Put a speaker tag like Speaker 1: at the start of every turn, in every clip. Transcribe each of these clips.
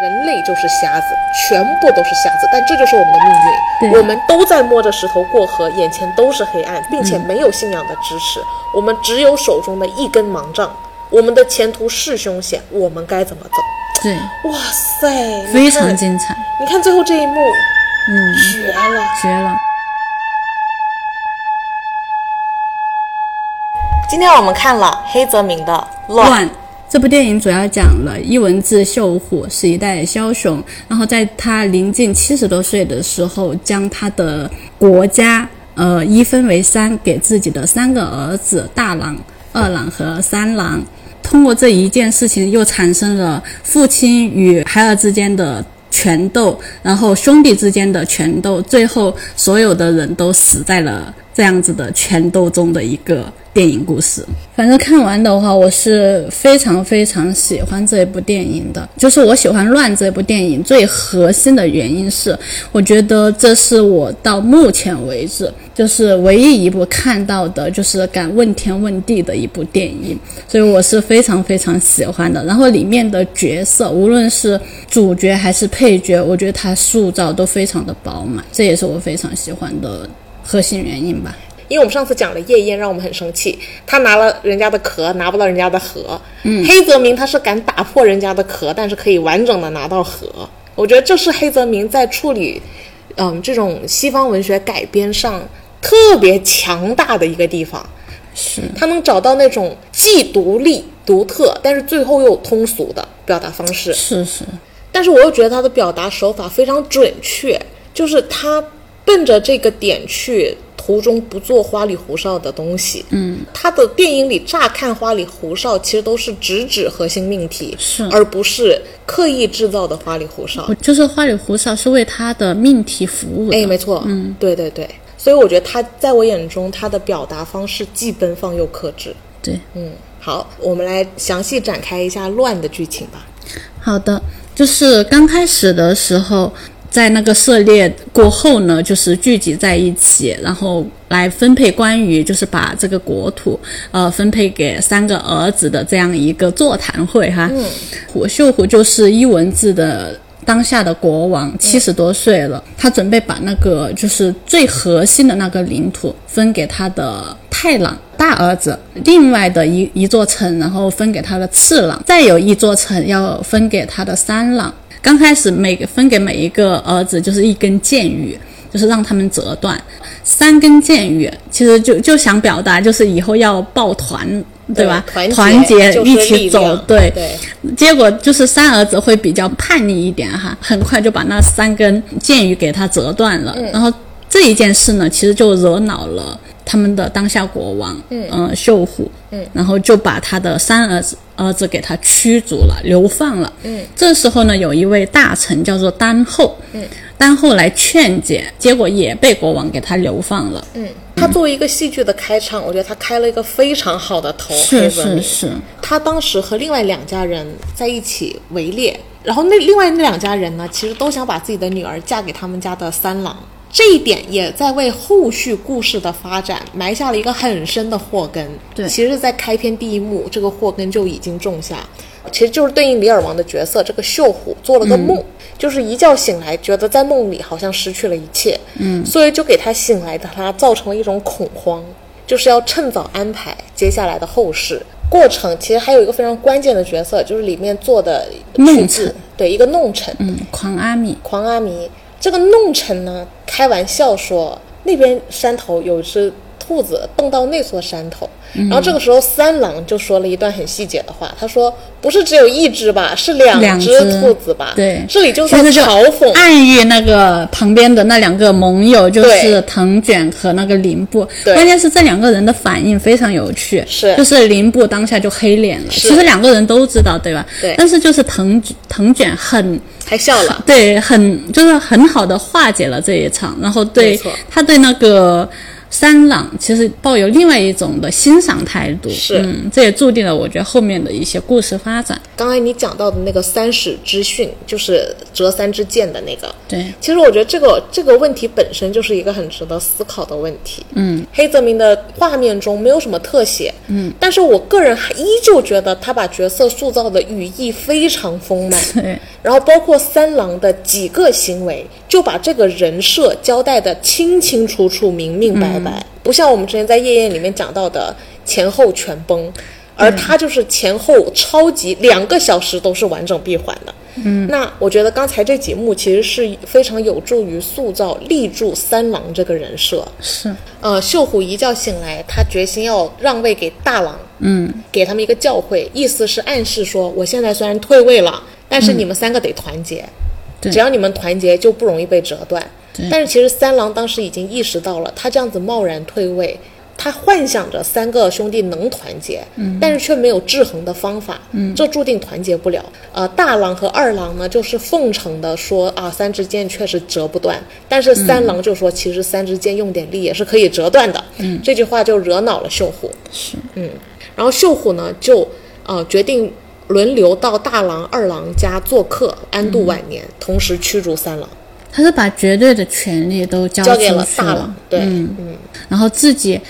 Speaker 1: 人类就是瞎子，全部都是瞎子，但这就是我们的命运。
Speaker 2: 对
Speaker 1: 我们都在摸着石头过河，眼前都是黑暗，并且没有信仰的支持，我们只有手中的一根盲杖。我们的前途是凶险，我们该怎么走？
Speaker 2: 对，
Speaker 1: 哇塞，
Speaker 2: 非
Speaker 1: 你
Speaker 2: 常
Speaker 1: 看
Speaker 2: 精彩，
Speaker 1: 你看最后这一幕，嗯，绝了。
Speaker 2: 绝了。
Speaker 3: 今天我们看了黑泽明的《乱》，
Speaker 2: 乱。这部电影主要讲了伊文字秀虎是一代枭雄，然后在他临近七十多岁的时候，将他的国家呃一分为三，给自己的三个儿子大郎、二郎和三郎。通过这一件事情，又产生了父亲与孩儿之间的权斗，然后兄弟之间的权斗，最后所有的人都死在了这样子的权斗中的一个电影故事。反正看完的话，我是非常非常喜欢这一部电影的。就是我喜欢《乱》这部电影最核心的原因是，我觉得这是我到目前为止就是唯一一部看到的，就是敢问天问地的一部电影，所以我是非常非常喜欢的。然后里面的角色，无论是主角还是配角，我觉得他塑造都非常的饱满，这也是我非常喜欢的核心原因吧。
Speaker 1: 因为我们上次讲了夜宴，让我们很生气。他拿了人家的壳，拿不到人家的核。嗯，黑泽明他是敢打破人家的壳，但是可以完整的拿到核。我觉得这是黑泽明在处理，嗯，这种西方文学改编上特别强大的一个地方。
Speaker 2: 是
Speaker 1: 他能找到那种既独立、独特，但是最后又有通俗的表达方式。
Speaker 2: 是是，
Speaker 1: 但是我又觉得他的表达手法非常准确，就是他奔着这个点去，途中不做花里胡哨的东西。嗯，他的电影里乍看花里胡哨，其实都是直指核心命题，
Speaker 2: 是
Speaker 1: 而不是刻意制造的花里胡哨
Speaker 2: 我。哦就是花里胡哨是为他的命题服务的。
Speaker 1: 哎，没错，嗯，对对对，所以我觉得他在我眼中，他的表达方式既奔放又克制。
Speaker 2: 对，
Speaker 1: 嗯，好，我们来详细展开一下乱的剧情吧。
Speaker 2: 好的，就是刚开始的时候，在那个涉猎过后呢，就是聚集在一起，然后来分配关于就是把这个国土呃分配给三个儿子的这样一个座谈会哈。嗯，虎秀虎就是伊文字的。当下的国王七十多岁了，他准备把那个就是最核心的那个领土分给他的太郎大儿子，另外的一一座城，然后分给他的次郎，再有一座城要分给他的三郎。刚开始每个分给每一个儿子就是一根箭羽，就是让他们折断三根箭羽，其实就就想表达就是以后要抱团，对吧？
Speaker 1: 团
Speaker 2: 团结
Speaker 1: 就是
Speaker 2: 一
Speaker 1: 力
Speaker 2: 起走
Speaker 1: 量，
Speaker 2: 对
Speaker 1: 对。
Speaker 2: 结果就是三儿子会比较叛逆一点哈，很快就把那三根箭羽给他折断了。然后这一件事呢，其实就惹恼了他们的当下国王，嗯，呃、秀虎，嗯，然后就把他的三儿子儿子给他驱逐了，流放了。嗯，这时候呢，有一位大臣叫做丹后，嗯，丹后来劝解，结果也被国王给他流放了。嗯，
Speaker 1: 他作为一个戏剧的开场，我觉得他开了一个非常好的头。
Speaker 2: 是
Speaker 1: 黑泽明
Speaker 2: 是是，
Speaker 1: 他当时和另外两家人在一起围猎，然后那另外那两家人呢，其实都想把自己的女儿嫁给他们家的三郎。这一点也在为后续故事的发展埋下了一个很深的祸根。
Speaker 2: 对
Speaker 1: 其实，在开篇第一幕，这个祸根就已经种下，其实就是对应李尔王的角色这个秀虎做了个梦，就是一觉醒来，觉得在梦里好像失去了一切，嗯，所以就给他醒来的他造成了一种恐慌，就是要趁早安排接下来的后事。过程其实还有一个非常关键的角色，就是里面做的
Speaker 2: 弄
Speaker 1: 取自
Speaker 2: 臣，
Speaker 1: 对一个弄臣，
Speaker 2: 嗯，狂阿米，
Speaker 1: 狂阿弥。这个弄臣呢，开玩笑说那边山头有一只兔子蹦到那座山头，
Speaker 2: 嗯
Speaker 1: 然后这个时候三郎就说了一段很细节的话，他说不是只有一只吧，是两
Speaker 2: 两
Speaker 1: 只
Speaker 2: 只
Speaker 1: 兔子吧？
Speaker 2: 对
Speaker 1: 这里就
Speaker 2: 其
Speaker 1: 在
Speaker 2: 实就啊
Speaker 1: 嘲讽。
Speaker 2: 暗喻那个旁边的那两个盟友，就
Speaker 1: 对
Speaker 2: 是藤卷和那个林布。
Speaker 1: 对
Speaker 2: 关键是这两个人的反应非常有趣，
Speaker 1: 是
Speaker 2: 就是林布当下就黑脸了。
Speaker 1: 是
Speaker 2: 其实两个人都知道，对吧？
Speaker 1: 对
Speaker 2: 但是就是藤藤卷很
Speaker 1: 还笑了，
Speaker 2: 对，很就是很好的化解了这一场，然后
Speaker 1: 没
Speaker 2: 对
Speaker 1: 错
Speaker 2: 他对那个
Speaker 4: 三郎其实抱有另外一种的欣赏态度，
Speaker 1: 是
Speaker 4: 嗯，这也注定了我觉得后面的一些故事发展。
Speaker 1: 刚才你讲到的那个三矢之训，就是折三支箭的那个。
Speaker 4: 对，
Speaker 1: 其实我觉得这个这个问题本身就是一个很值得思考的问题。嗯，黑泽明的画面中没有什么特写，嗯，但是我个人还依旧觉得他把角色塑造的羽翼非常丰 满。
Speaker 4: 对，
Speaker 1: 然后包括三郎的几个行为，就把这个人设交代的清清楚楚、明明白白，不像我们之前在夜宴里面讲到的前后全崩，而他就是前后超级两个小时都是完整闭环的。嗯，那我觉得刚才这几幕其实是非常有助于塑造、立住三郎这个人设。
Speaker 4: 是，
Speaker 1: 呃，秀虎一觉醒来，他决心要让位给大郎，嗯，给他们一个教诲，意思是暗示说，我现在虽然退位了，但是你们三个得团结，
Speaker 4: 对
Speaker 1: 只要你们团结，就不容易被折断
Speaker 4: 对。
Speaker 1: 但是其实三郎当时已经意识到了，他这样子贸然退位，他幻想着三个兄弟能团结，嗯、但是却没有制衡的方法，嗯、这注定团结不了。呃，大郎和二郎呢，就是奉承的说啊，三支箭确实折不断，但是三郎就说，其实三支箭用点力也是可以折断的。嗯、这句话就惹恼了秀虎。然后秀虎呢就呃决定轮流到大郎、二郎家做客，安度晚年，同时驱逐三郎，
Speaker 4: 他是把绝对的权利都
Speaker 2: 嗯
Speaker 4: 交
Speaker 1: 交给
Speaker 4: 出
Speaker 1: 了
Speaker 4: 去
Speaker 1: 大郎
Speaker 4: 了。，嗯
Speaker 1: 对，
Speaker 4: 然后自己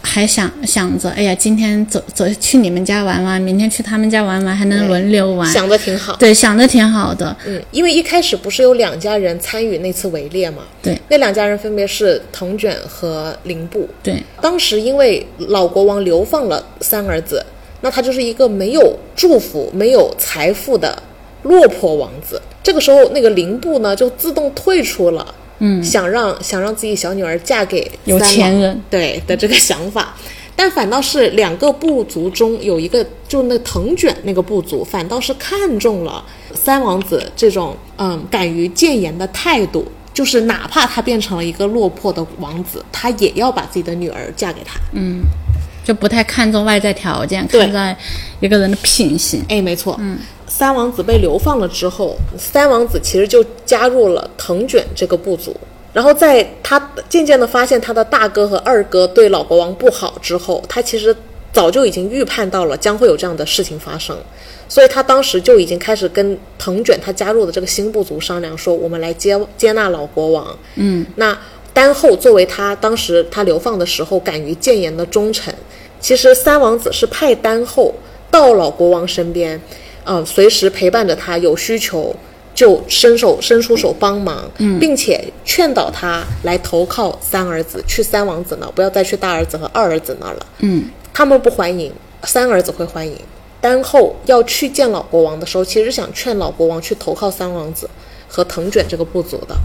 Speaker 4: 还想想着，哎呀，今天走走去你们家玩玩，明天去他们家玩玩，还能轮流玩，
Speaker 1: 想的挺好。
Speaker 4: 对，想的挺好的，
Speaker 1: 嗯，因为一开始不是有两家人参与那次围猎嘛？
Speaker 4: 对，
Speaker 1: 那两家人分别是藤卷和林布。
Speaker 4: 对，
Speaker 1: 当时因为老国王流放了三儿子，那他就是一个没有祝福、没有财富的落魄王子。这个时候，那个林布呢就自动退出了，嗯，想让想让自己小女儿嫁给
Speaker 4: 有
Speaker 1: 三郎
Speaker 4: 钱人，
Speaker 1: 对的这个想法。但反倒是两个部族中有一个，就是那藤卷那个部族，反倒是看中了三王子这种嗯敢于谏言的态度，就是哪怕他变成了一个落魄的王子，他也要把自己的女儿嫁给他。嗯，
Speaker 4: 就不太看重外在条件，
Speaker 1: 对
Speaker 4: 看在一个人的品行。
Speaker 1: 哎，没错。嗯，三王子被流放了之后，三王子其实就加入了藤卷这个部族。然后在他渐渐的发现他的大哥和二哥对老国王不好之后，他其实早就已经预判到了将会有这样的事情发生，所以他当时就已经开始跟藤卷他加入的这个新部族商量说，我们来接接纳老国王。嗯，那丹后作为他当时他流放的时候敢于谏言的忠臣，其实三王子是派丹后到老国王身边，呃，随时陪伴着他，有需求就伸手伸出手帮忙，并且劝导他来投靠三儿子，去三王子那儿，不要再去大儿子和二儿子那儿了。嗯，他们不欢迎，三儿子会欢迎。丹后要去见老国王的时候，其实想劝老国王去投靠三王子和藤卷这个部族的，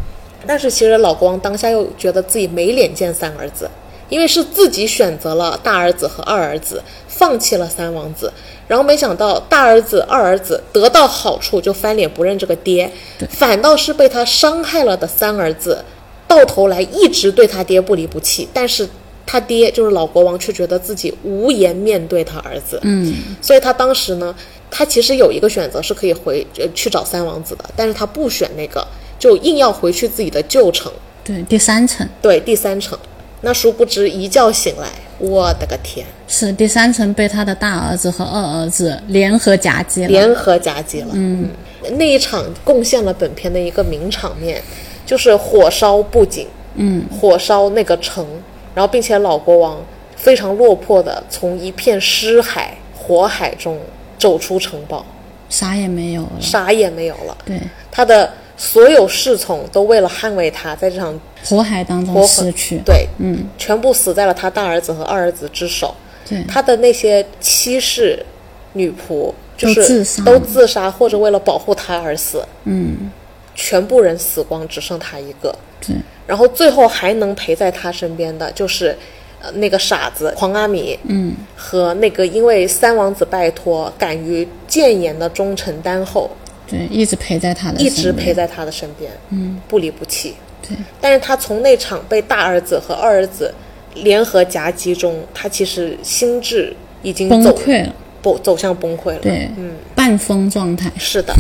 Speaker 1: 但是其实老国王当下又觉得自己没脸见三儿子，因为是自己选择了大儿子和二儿子，放弃了三王子。然后没想到大儿子、二儿子得到好处就翻脸不认这个爹，反倒是被他伤害了的三儿子，到头来一直对他爹不离不弃，但是他爹就是老国王，却觉得自己无颜面对他儿子。嗯，所以他当时呢，他其实有一个选择是可以回呃去找三王子的，但是他不选那个，就硬要回去自己的旧城，
Speaker 4: 对，第三层
Speaker 1: 对第三城。那殊不知一觉醒来，我的个天，
Speaker 4: 是第三层被他的大儿子和二儿子联合夹击了。
Speaker 1: 联合夹击了。嗯，那一场贡献了本片的一个名场面，就是火烧布景，嗯，火烧那个城，然后并且老国王非常落魄的从一片尸海、火海中走出城堡，
Speaker 4: 啥也没有了，
Speaker 1: 啥也没有了。
Speaker 4: 对，
Speaker 1: 他的所有侍从都为了捍卫他，在这场
Speaker 4: 火海当
Speaker 1: 火
Speaker 4: 中
Speaker 1: 海
Speaker 4: 失去，
Speaker 1: 对，嗯，全部死在了他大儿子和二儿子之手。
Speaker 4: 对
Speaker 1: 他的那些妻室、女仆，就
Speaker 4: 都自
Speaker 1: 是
Speaker 4: 杀
Speaker 1: 都自杀或者为了保护他而死。嗯，全部人死光，只剩他一个。
Speaker 4: 对，
Speaker 1: 然后最后还能陪在他身边的就是，呃，那个傻子皇阿米，嗯，和那个因为三王子拜托敢于谏言的忠臣丹后，
Speaker 4: 对，一直陪在他的
Speaker 1: 一
Speaker 4: 身
Speaker 1: 直
Speaker 4: 边
Speaker 1: 陪在他的身边，嗯，不离不弃。
Speaker 4: 对，
Speaker 1: 但是他从那场被大儿子和二儿子联合夹击中，他其实心智已经
Speaker 4: 崩
Speaker 1: 走嗯
Speaker 4: 溃了，
Speaker 1: 不走向崩溃了。
Speaker 4: 对，半疯状态
Speaker 1: 是的，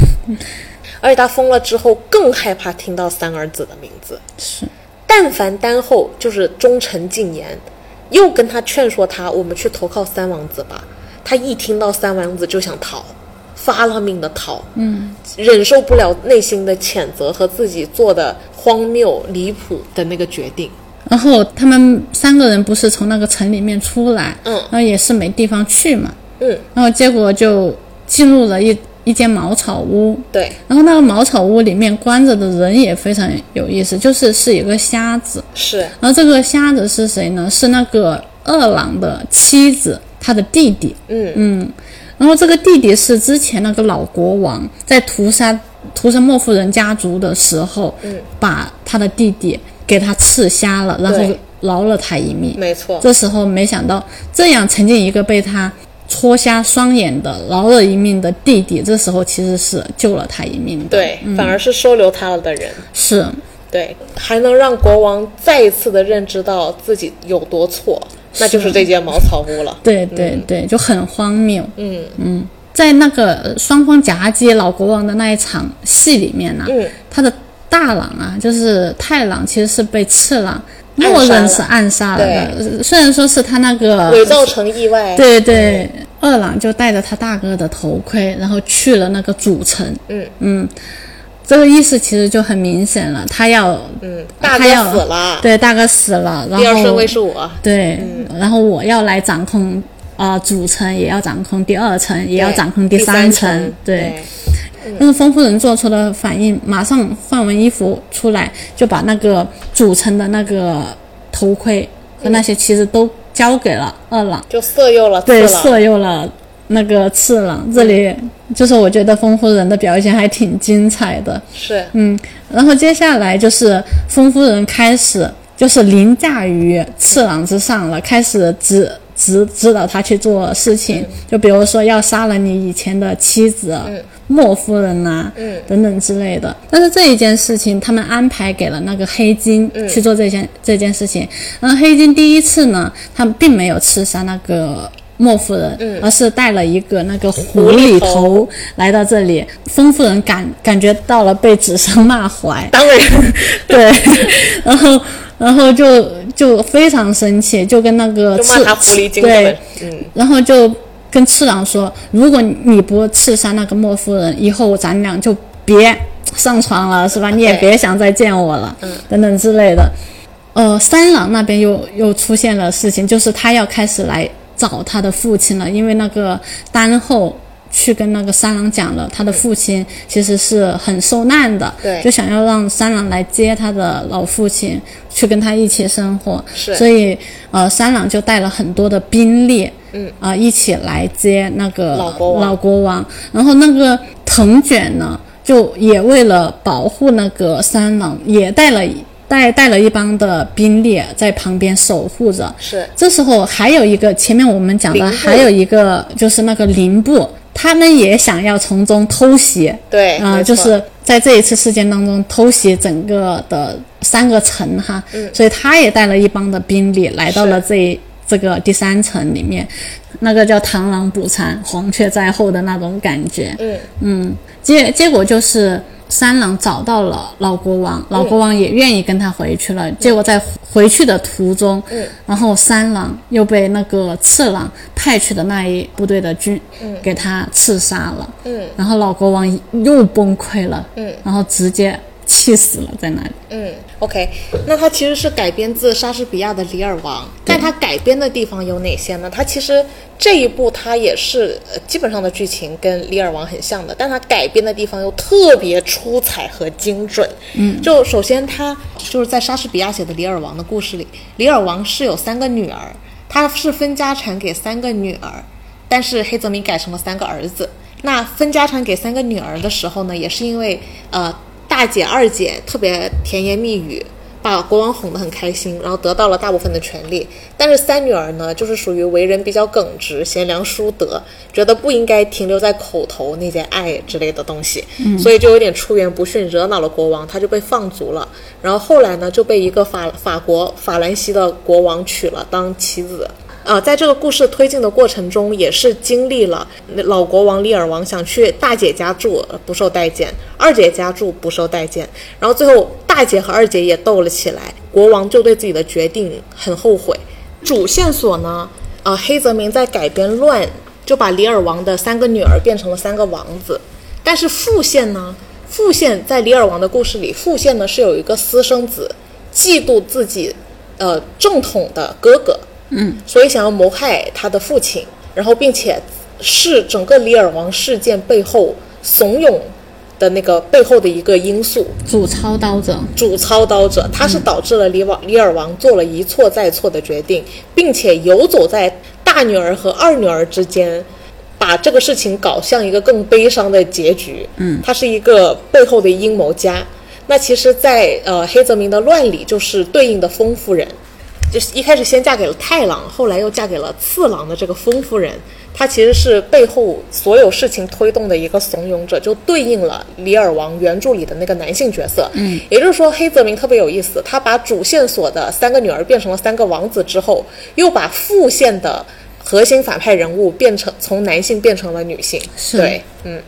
Speaker 1: 而且他疯了之后更害怕听到三儿子的名字。
Speaker 4: 是。
Speaker 1: 但凡丹后就是忠臣进言，又跟他劝说他，我们去投靠三王子吧。他一听到三王子就想逃，发了命的逃，嗯，忍受不了内心的谴责和自己做的荒谬离谱的那个决定。
Speaker 2: 然后他们三个人不是从那个城里面出来，嗯，然后也是没地方去嘛，
Speaker 1: 嗯，
Speaker 2: 然后结果就进入了一一间茅草屋，
Speaker 1: 对，
Speaker 2: 然后那个茅草屋里面关着的人也非常有意思，就是是一个瞎子，
Speaker 1: 是
Speaker 2: 然后这个瞎子是谁呢？是那个二郎的妻子，他的弟弟，嗯然后这个弟弟是之前那个老国王在屠杀屠杀莫夫人家族的时候，
Speaker 1: 嗯
Speaker 2: 把他的弟弟给他刺瞎了，然后
Speaker 1: 对
Speaker 2: 饶了他一命，
Speaker 1: 没错，
Speaker 2: 这时候没想到，这样曾经一个被他戳瞎双眼的饶了一命的弟弟，这时候其实是救了他一命的。，
Speaker 1: 对，反而是收留他了的人。
Speaker 2: 是，
Speaker 1: 对，还能让国王再一次的认知到自己有多错，那就是这间茅草屋了。
Speaker 2: 对对
Speaker 1: 嗯
Speaker 2: 对，就很荒谬。嗯嗯。在那个呃双方夹击老国王的那一场戏里面呢、
Speaker 1: 嗯
Speaker 2: 他的大郎啊，就是太郎，其实是被次郎默认是暗杀了的。虽然说是他那个
Speaker 1: 伪造成意外，
Speaker 2: 啊对对，二郎就戴着他大哥的头盔，然后去了那个主城。
Speaker 1: 嗯
Speaker 2: 这个意思其实就很明显了，他要，
Speaker 1: 嗯，大哥
Speaker 2: 他要
Speaker 1: 死了，
Speaker 2: 对，大哥死了，然后
Speaker 1: 第二顺位是我，
Speaker 2: 对，然后我要来掌控啊、呃主城，也要掌控第二城，也要
Speaker 1: 对
Speaker 2: 掌控
Speaker 1: 第
Speaker 2: 三
Speaker 1: 层，
Speaker 2: 对，那个丰夫人做出了反应，马上换完衣服出来，就把那个主城的那个头盔和那些旗子都交给了二郎。
Speaker 1: 就色诱了，
Speaker 2: 对，
Speaker 1: 刺了，
Speaker 2: 色诱了那个次郎。这里就是我觉得丰夫人的表现还挺精彩的，
Speaker 1: 是，
Speaker 2: 嗯。然后接下来就是丰夫人开始就是凌驾于次郎之上了，开始指指指导他去做事情，就比如说要杀了你以前的妻子。莫夫人呐、等等之类的。但是这一件事情，他们安排给了那个黑金去做这件、这件事情。然后黑金第一次呢，他并没有刺杀那个莫夫人，而是带了一个那个嗯狐狸头来到这里。丰夫人感感觉到了被指桑 骂槐，
Speaker 1: 当然，
Speaker 2: 对， 然后然后就就非常生气，就跟那个
Speaker 1: 就骂
Speaker 2: 刺
Speaker 1: 他狐狸精
Speaker 2: 对
Speaker 1: 的，，嗯，
Speaker 2: 然后就跟次郎说，如果你不刺杀那个莫夫人，以后咱俩就别上床了，是吧？你也
Speaker 1: 对嗯
Speaker 2: 别想再见我了，等等之类的。呃，三郎那边又又出现了事情，就是他要开始来找他的父亲了，因为那个丹后去跟那个三郎讲了，他的父亲其实是很受难的，
Speaker 1: 对
Speaker 2: 就想要让三郎来接他的老父亲，去跟他一起生活，
Speaker 1: 是
Speaker 2: 所以呃，三郎就带了很多的兵力，嗯，啊、一起来接那个
Speaker 1: 老国王
Speaker 2: 老国王，然后那个藤卷呢，就也为了保护那个三郎，也带了带带了一帮的兵力在旁边守护着。
Speaker 1: 是
Speaker 2: 这时候还有一个，前面我们讲的
Speaker 1: 林部
Speaker 2: 还有一个就是那个林部，他们也想要从中偷袭，
Speaker 1: 对，
Speaker 2: 啊、
Speaker 1: 没
Speaker 2: 就
Speaker 1: 错
Speaker 2: 是在这一次事件当中偷袭整个的三个城哈，
Speaker 1: 嗯
Speaker 2: 所以他也带了一帮的兵力来到了这一这个第三城里面，那个叫螳螂捕蝉，黄雀在后的那种感觉。
Speaker 1: 嗯
Speaker 2: 结结果就是三郎找到了老国
Speaker 1: 嗯
Speaker 2: 王，老国王也愿意跟他回去了。结果在回去的途中，
Speaker 1: 嗯
Speaker 2: 然后三郎又被那个次郎派去的那一部队的军、给他刺杀了。
Speaker 1: 嗯
Speaker 2: 然后老国王又崩溃了，
Speaker 1: 嗯
Speaker 2: 然后直接气死了在那里。
Speaker 1: 嗯，OK，那它其实是改编自莎士比亚的《李尔王》，但它改编的地方有哪些呢？它其实这一部它也是呃基本上的剧情跟《李尔王》很像的，但它改编的地方又特别出彩和精准。嗯，就首先它就是在莎士比亚写的《李尔王》的故事里，李尔王是有三个女儿，他是分家产给三个女儿，但是黑泽明改成了三个儿子。那分家产给三个女儿的时候呢，也是因为呃大姐、二姐特别甜言蜜语，把国王哄得很开心，然后得到了大部分的权利。但是三女儿呢，就是属于为人比较耿直、贤良淑德，觉得不应该停留在口头那些爱之类的东西，所以就有点出言不逊，惹恼了国王，他就被放逐了。然后后来呢，就被一个法法国法兰西的国王娶了当妻子。呃，在这个故事推进的过程中，也是经历了老国王利尔王想去大姐家住呃不受待见，二姐家住不受待见，然后最后大姐和二姐也斗了起来。国王就对自己的决定很后悔。主线索呢，呃，黑泽明在改编《乱》，就把李尔王的三个女儿变成了三个王子，但是副线呢，副线在李尔王的故事里，副线呢是有一个私生子嫉妒自己，呃，正统的哥哥，嗯，所以想要谋害他的父亲，然后并且是整个李尔王事件背后怂恿的那个背后的一个因素，
Speaker 2: 主操刀者，
Speaker 1: 主操刀者，他是导致了李王李尔王做了一错再错的决定，并且游走在大女儿和二女儿之间，把这个事情搞向一个更悲伤的结局。嗯，他是一个背后的阴谋家。那其实在，呃黑泽明的《乱》里，就是对应的丰夫人，就是一开始先嫁给了太郎，后来又嫁给了次郎的这个丰夫人，她其实是背后所有事情推动的一个怂恿者，就对应了李尔王原著里的那个男性角色。嗯，也就是说，黑泽明特别有意思，他把主线索的三个女儿变成了三个王子之后，又把副线的核心反派人物变成从男性变成了女性。
Speaker 2: 是
Speaker 1: 对，嗯。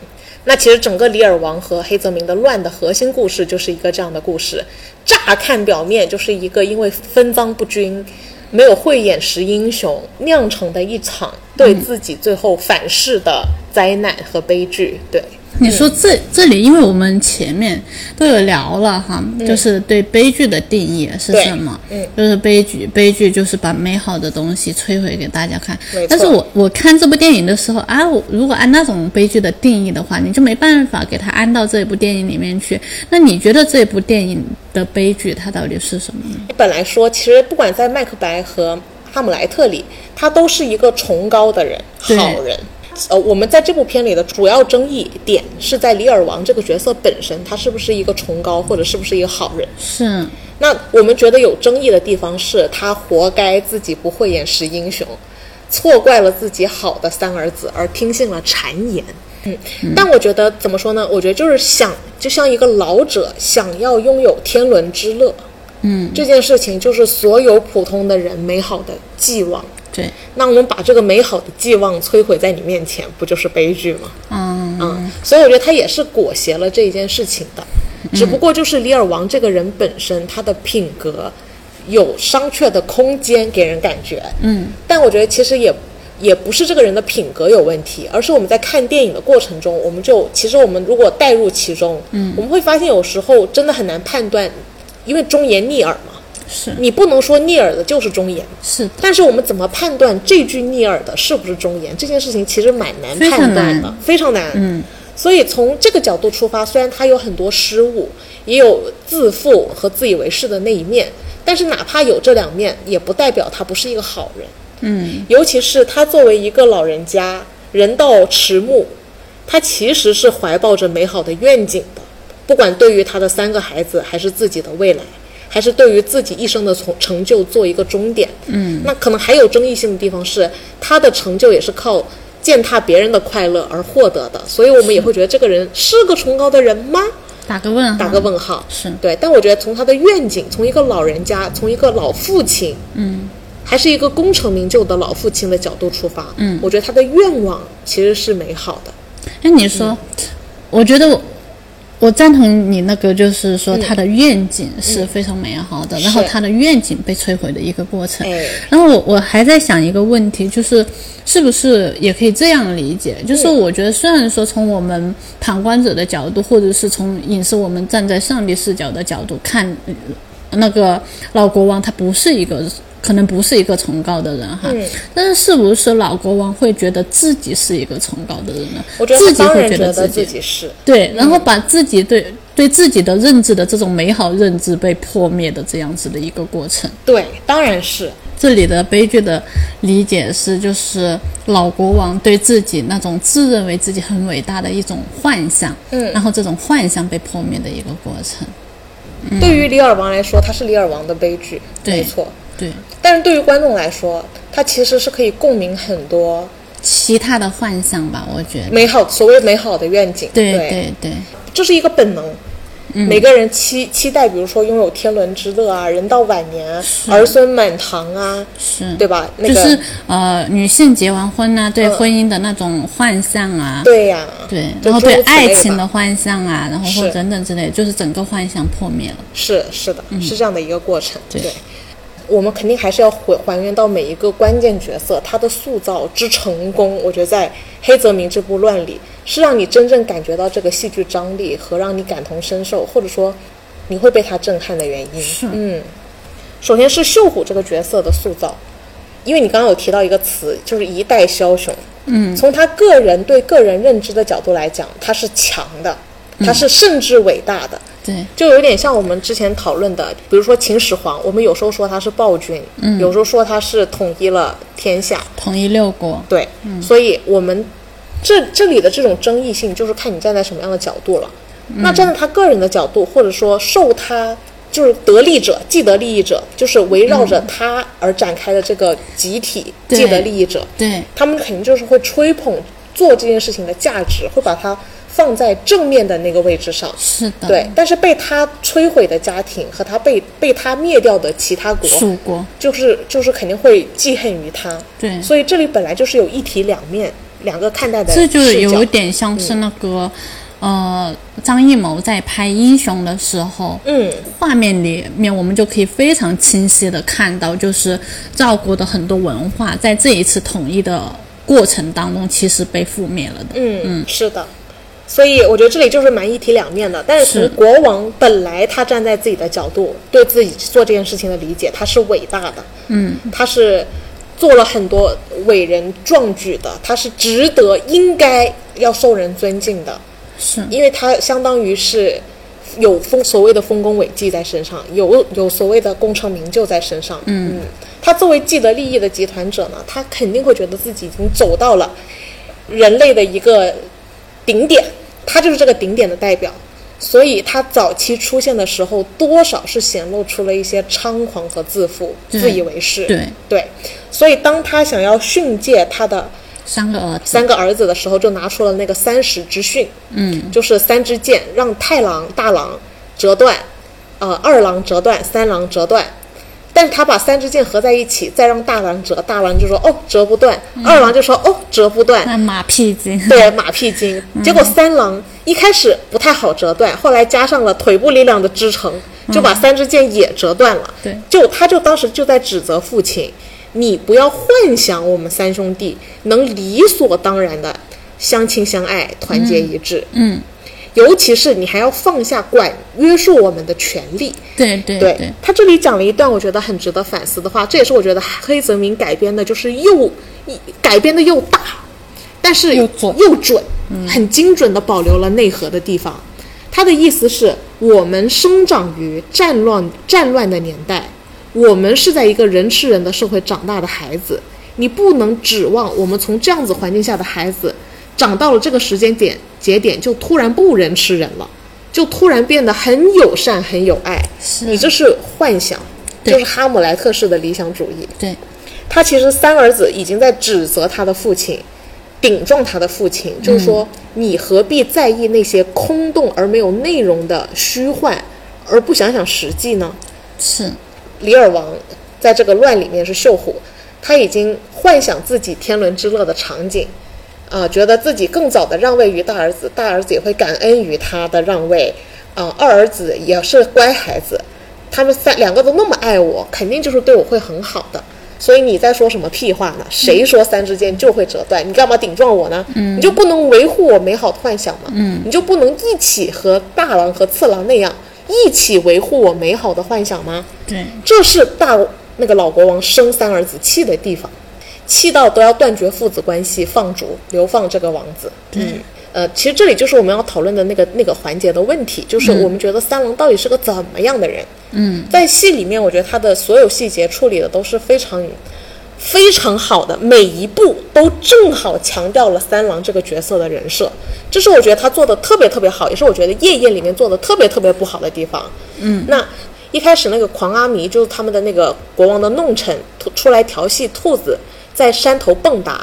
Speaker 1: 那其实整个《李尔王》和黑泽明的《乱》的核心故事就是一个这样的故事。乍看表面就是一个因为分赃不均、没有慧眼识英雄酿成的一场对自己最后反噬的灾难和悲剧。对，
Speaker 2: 你说这这里，因为我们前面都有聊了哈，就是对悲剧的定义
Speaker 1: 嗯
Speaker 2: 是
Speaker 1: 对
Speaker 2: 什么？嗯，就是悲剧，悲剧就是把美好的东西摧毁给大家看
Speaker 1: 没错。
Speaker 2: 但是我我看这部电影的时候啊，我如果按那种悲剧的定义的话，你就没办法给它安到这部电影里面去。那你觉得这部电影的悲剧它到底是什么呢？
Speaker 1: 本来说，其实不管在《麦克白》和《哈姆莱特》里，他都是一个崇高的人，
Speaker 2: 对
Speaker 1: 好人。呃，我们在这部片里的主要争议点是在李尔王这个角色本身，他是不是一个崇高，或者是不是一个好人？
Speaker 2: 是
Speaker 1: 那我们觉得有争议的地方是他活该自己不慧眼识英雄，错怪了自己好的三儿子，而听信了谗言。嗯，但我觉得怎么说呢？我觉得就是想，就像一个老者想要拥有天伦之乐，嗯，这件事情就是所有普通的人美好的寄望。
Speaker 2: 对，
Speaker 1: 那我们把这个美好的寄望摧毁在你面前，不就是悲剧吗？
Speaker 2: 嗯，
Speaker 1: 嗯，所以我觉得他也是裹挟了这一件事情的，只不过就是李尔王这个人本身他的品格有商榷的空间，给人感觉。嗯，但我觉得其实也也不是这个人的品格有问题，而是我们在看电影的过程中，我们就其实我们如果带入其中，嗯，我们会发现有时候真的很难判断，因为忠言逆耳嘛，
Speaker 2: 是
Speaker 1: 你不能说逆耳的就是忠言。
Speaker 2: 是的。
Speaker 1: 但是我们怎么判断这句逆耳的是不是忠言？这件事情其实蛮难
Speaker 2: 非常
Speaker 1: 判断的
Speaker 2: 难，
Speaker 1: 非常难。嗯，所以从这个角度出发，虽然他有很多失误，也有自负和自以为是的那一面，但是哪怕有这两面，也不代表他不是一个好人。嗯，尤其是他作为一个老人家，人到迟暮，他其实是怀抱着美好的愿景的，不管对于他的三个孩子，还是自己的未来，还是对于自己一生的从成就做一个终点。嗯，那可能还有争议性的地方是，他的成就也是靠践踏别人的快乐而获得的，所以我们也会觉得这个人是个崇高的人吗？
Speaker 2: 打个问号，
Speaker 1: 打个问号。
Speaker 2: 是
Speaker 1: 对，但我觉得从他的愿景，从一个老人家，从一个老父亲，嗯，还是一个功成名就的老父亲的角度出发，嗯，我觉得他的愿望其实是美好的。
Speaker 2: 哎，你说，我觉得我我赞同你那个，就是说他的愿景是非常美好的，然后
Speaker 1: 是
Speaker 2: 他的愿景被摧毁的一个过程。
Speaker 1: 哎
Speaker 2: 然后我我还在想一个问题，就是是不是也可以这样理解？就是
Speaker 1: 嗯
Speaker 2: 我觉得虽然说从我们旁观者的角度，或者是从影视我们站在上帝视角的角度看，呃那个老国王他不是一个。可能不是一个崇高的人哈，
Speaker 1: 嗯
Speaker 2: 但是是不是老国王会觉得自己是一个崇高的人呢？
Speaker 1: 我觉得
Speaker 2: 自
Speaker 1: 他
Speaker 2: 己
Speaker 1: 当
Speaker 2: 会
Speaker 1: 然
Speaker 2: 觉
Speaker 1: 得
Speaker 2: 自
Speaker 1: 自己嗯是，
Speaker 2: 对，然后把自己对对自己的认知的这种美好认知被破灭的这样子的一个过程。
Speaker 1: 对，当然是。
Speaker 2: 这里的悲剧的理解是，就是老国王对自己那种自认为自己很伟大的一种幻想，嗯，然后这种幻想被破灭的一个过程。
Speaker 1: 对于李尔王来说，他是李尔王的悲剧，
Speaker 2: 对
Speaker 1: 没错。
Speaker 2: 对，
Speaker 1: 但是对于观众来说，他其实是可以共鸣很多
Speaker 2: 其他的幻想吧，我觉得，
Speaker 1: 美好，所谓美好的愿景。
Speaker 2: 对
Speaker 1: 对，
Speaker 2: 对对，
Speaker 1: 这是一个本能。
Speaker 4: 嗯
Speaker 1: 每个人期期待，比如说拥有天伦之乐啊，人到晚年啊儿孙满堂啊，
Speaker 4: 是
Speaker 1: 对吧？那
Speaker 4: 就
Speaker 1: 个、嗯
Speaker 4: 是呃，女性结完婚
Speaker 2: 啊
Speaker 4: 呐、对婚姻的那种幻想啊，
Speaker 1: 对呀、
Speaker 4: 对，
Speaker 1: 就
Speaker 4: 然后
Speaker 1: 诸如
Speaker 4: 对
Speaker 1: 此类
Speaker 4: 爱
Speaker 1: 吧
Speaker 4: 情的幻想啊，然后或
Speaker 1: 是
Speaker 4: 等等之类，就是整个幻想破灭了。
Speaker 1: 是是的，是这样的一个过程。
Speaker 4: 嗯对
Speaker 1: 我们肯定还是要还还原到每一个关键角色他的塑造之成功。我觉得在黑泽明这部《乱》里，是让你真正感觉到这个戏剧张力和让你感同身受，或者说你会被他震撼的原因。
Speaker 4: 是
Speaker 1: 嗯，首先是秀虎这个角色的塑造，因为你刚刚有提到一个词，就是一代枭雄。嗯，从他个人对个人认知的角度来讲，他是强的，他是甚至伟大的。
Speaker 4: 对，
Speaker 1: 就有点像我们之前讨论的，比如说秦始皇，我们有时候说他是暴君，嗯，有时候说他是统一了天下，
Speaker 4: 统一六国。
Speaker 1: 对，
Speaker 4: 嗯
Speaker 1: 所以我们这这里的这种争议性，就是看你站在什么样的角度了。
Speaker 4: 嗯
Speaker 1: 那站在他个人的角度，或者说受他就是得利者、既得利益者，就是围绕着他而展开的这个集体、
Speaker 4: 嗯对
Speaker 1: 既得利益者，
Speaker 4: 对，
Speaker 1: 他们肯定就是会吹捧做这件事情的价值，会把它放在正面的那个位置上。
Speaker 4: 是的。
Speaker 1: 对，，但是被他摧毁的家庭和他被被他灭掉的其他国，
Speaker 4: 蜀国。
Speaker 1: 就是就是肯定会记恨于他。
Speaker 4: 对
Speaker 1: 所以这里本来就是有一体两面，两个看待的
Speaker 4: 这
Speaker 1: 视角。嗯
Speaker 4: 就是有点像是那个，呃，张艺谋在拍《英雄》的时候，
Speaker 1: 嗯，
Speaker 4: 画面里面我们就可以非常清晰的看到，就是赵国的很多文化在这一次统一的过程当中，其实被覆灭了的。
Speaker 1: 嗯嗯，是的。所以我觉得这里就是蛮一体两面的，但是
Speaker 4: 是
Speaker 1: 从国王本来他站在自己的角度对自己做这件事情的理解，他是伟大的，嗯，他是做了很多伟人壮举的，他是值得应该要受人尊敬的，
Speaker 2: 嗯
Speaker 4: 是
Speaker 1: 因为他相当于是有丰所谓的丰功伟绩在身上，有有所谓的功成名就在身上。嗯他作为既得利益的集团者呢，他肯定会觉得自己已经走到了人类的一个顶点，他就是这个顶点的代表。所以他早期出现的时候，多少是显露出了一些猖狂和自负、
Speaker 4: 对
Speaker 1: 自以为是。
Speaker 4: 对
Speaker 1: 对，所以当他想要训诫他的
Speaker 4: 三个儿子，
Speaker 1: 三个儿子的时候，就拿出了那个三十之训，嗯，就是三支箭，让太郎、大郎折断，呃，二郎折断，三郎折断。但是他把三支箭合在一起，再让大郎折，大郎就说哦折不断，二郎就说哦折不断，
Speaker 4: 那马屁 精。
Speaker 1: 对马屁精。
Speaker 4: 嗯
Speaker 1: 结果三郎一开始不太好折断，后来加上了腿部力量的支撑，就把三支箭也折断了。
Speaker 4: 嗯对
Speaker 1: 就他就当时就在指责父亲，你不要幻想我们三兄弟能理所当然的相亲相爱、团结一致。
Speaker 4: 嗯，
Speaker 1: 尤其是你还要放下管约束我们的权利，
Speaker 4: 对对
Speaker 1: 对他这里讲了一段我觉得很值得反思的话，这也是我觉得黑泽明改编的，就是又一改编的又大，但是
Speaker 4: 又准嗯
Speaker 1: 又准，很精准的保留了内核的地方。他的意思是我们生长于战乱战乱的年代，我们是在一个人吃人的社会长大的孩子，你不能指望我们从这样子环境下的孩子长到了这个时间点节点就突然不人吃人了。就突然变得很友善、很有爱，
Speaker 4: 是
Speaker 1: 你这是幻想，
Speaker 4: 对
Speaker 1: 就是哈姆莱特式的理想主义。
Speaker 4: 对
Speaker 1: 他其实三儿子已经在指责他的父亲，顶撞他的父亲，
Speaker 4: 嗯
Speaker 1: 就是说你何必在意那些空洞而没有内容的虚幻，而不想想实际呢？
Speaker 4: 是
Speaker 1: 李尔王在这个乱里面是秀虎，他已经幻想自己天伦之乐的场景，啊、觉得自己更早的让位于大儿子，大儿子也会感恩于他的让位，啊、二儿子也是乖孩子，他们三两个都那么爱我，肯定就是对我会很好的。所以你在说什么屁话呢？谁说三支箭就会折断？你干嘛顶撞我呢？你就不能维护我美好的幻想吗？你就不能一起和大郎和次郎那样一起维护我美好的幻想吗？
Speaker 4: 对
Speaker 1: 这是大那个老国王生三儿子气的地方，气到都要断绝父子关系，放逐流放这个王子。嗯，呃，其实这里就是我们要讨论的那个那个环节的问题，就是我们觉得三郎到底是个怎么样的人？嗯，在戏里面，我觉得他的所有细节处理的都是非常。非常好的，每一步都正好强调了三郎这个角色的人设，这是我觉得他做的特别特别好，也是我觉得《夜宴》里面做的特别特别不好的地方。嗯，那一开始那个狂阿弥就是他们的那个国王的弄臣突出来调戏兔子，在山头蹦跶，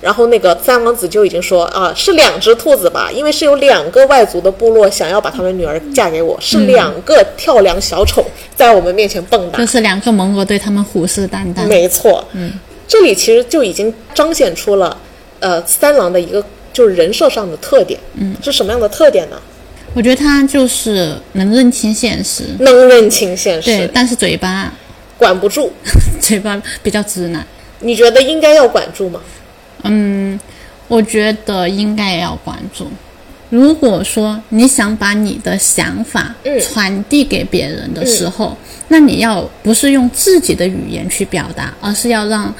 Speaker 1: 然后那个三王子就已经说啊，是两只兔子吧？因为是有两个外族的部落想要把他们女儿嫁给我，是两个跳梁小丑在我们面前蹦跶
Speaker 4: 就。是两个盟国对他们虎视眈眈。
Speaker 1: 没错，嗯，这里其实就已经彰显出了，呃，三郎的一个就是人设上的特点，嗯，是什么样的特点呢？
Speaker 4: 我觉得他就是能认清现实，
Speaker 1: 能认清现
Speaker 4: 对
Speaker 1: 实，，
Speaker 4: 但是嘴巴
Speaker 1: 管不住。
Speaker 4: 嘴巴比较直男。
Speaker 1: 你觉得应该要管住吗？
Speaker 4: 我觉得应该也要关注。如果说你想把你的想法传递给别人的时候，那你要不是用自己的语言去表达，而是要让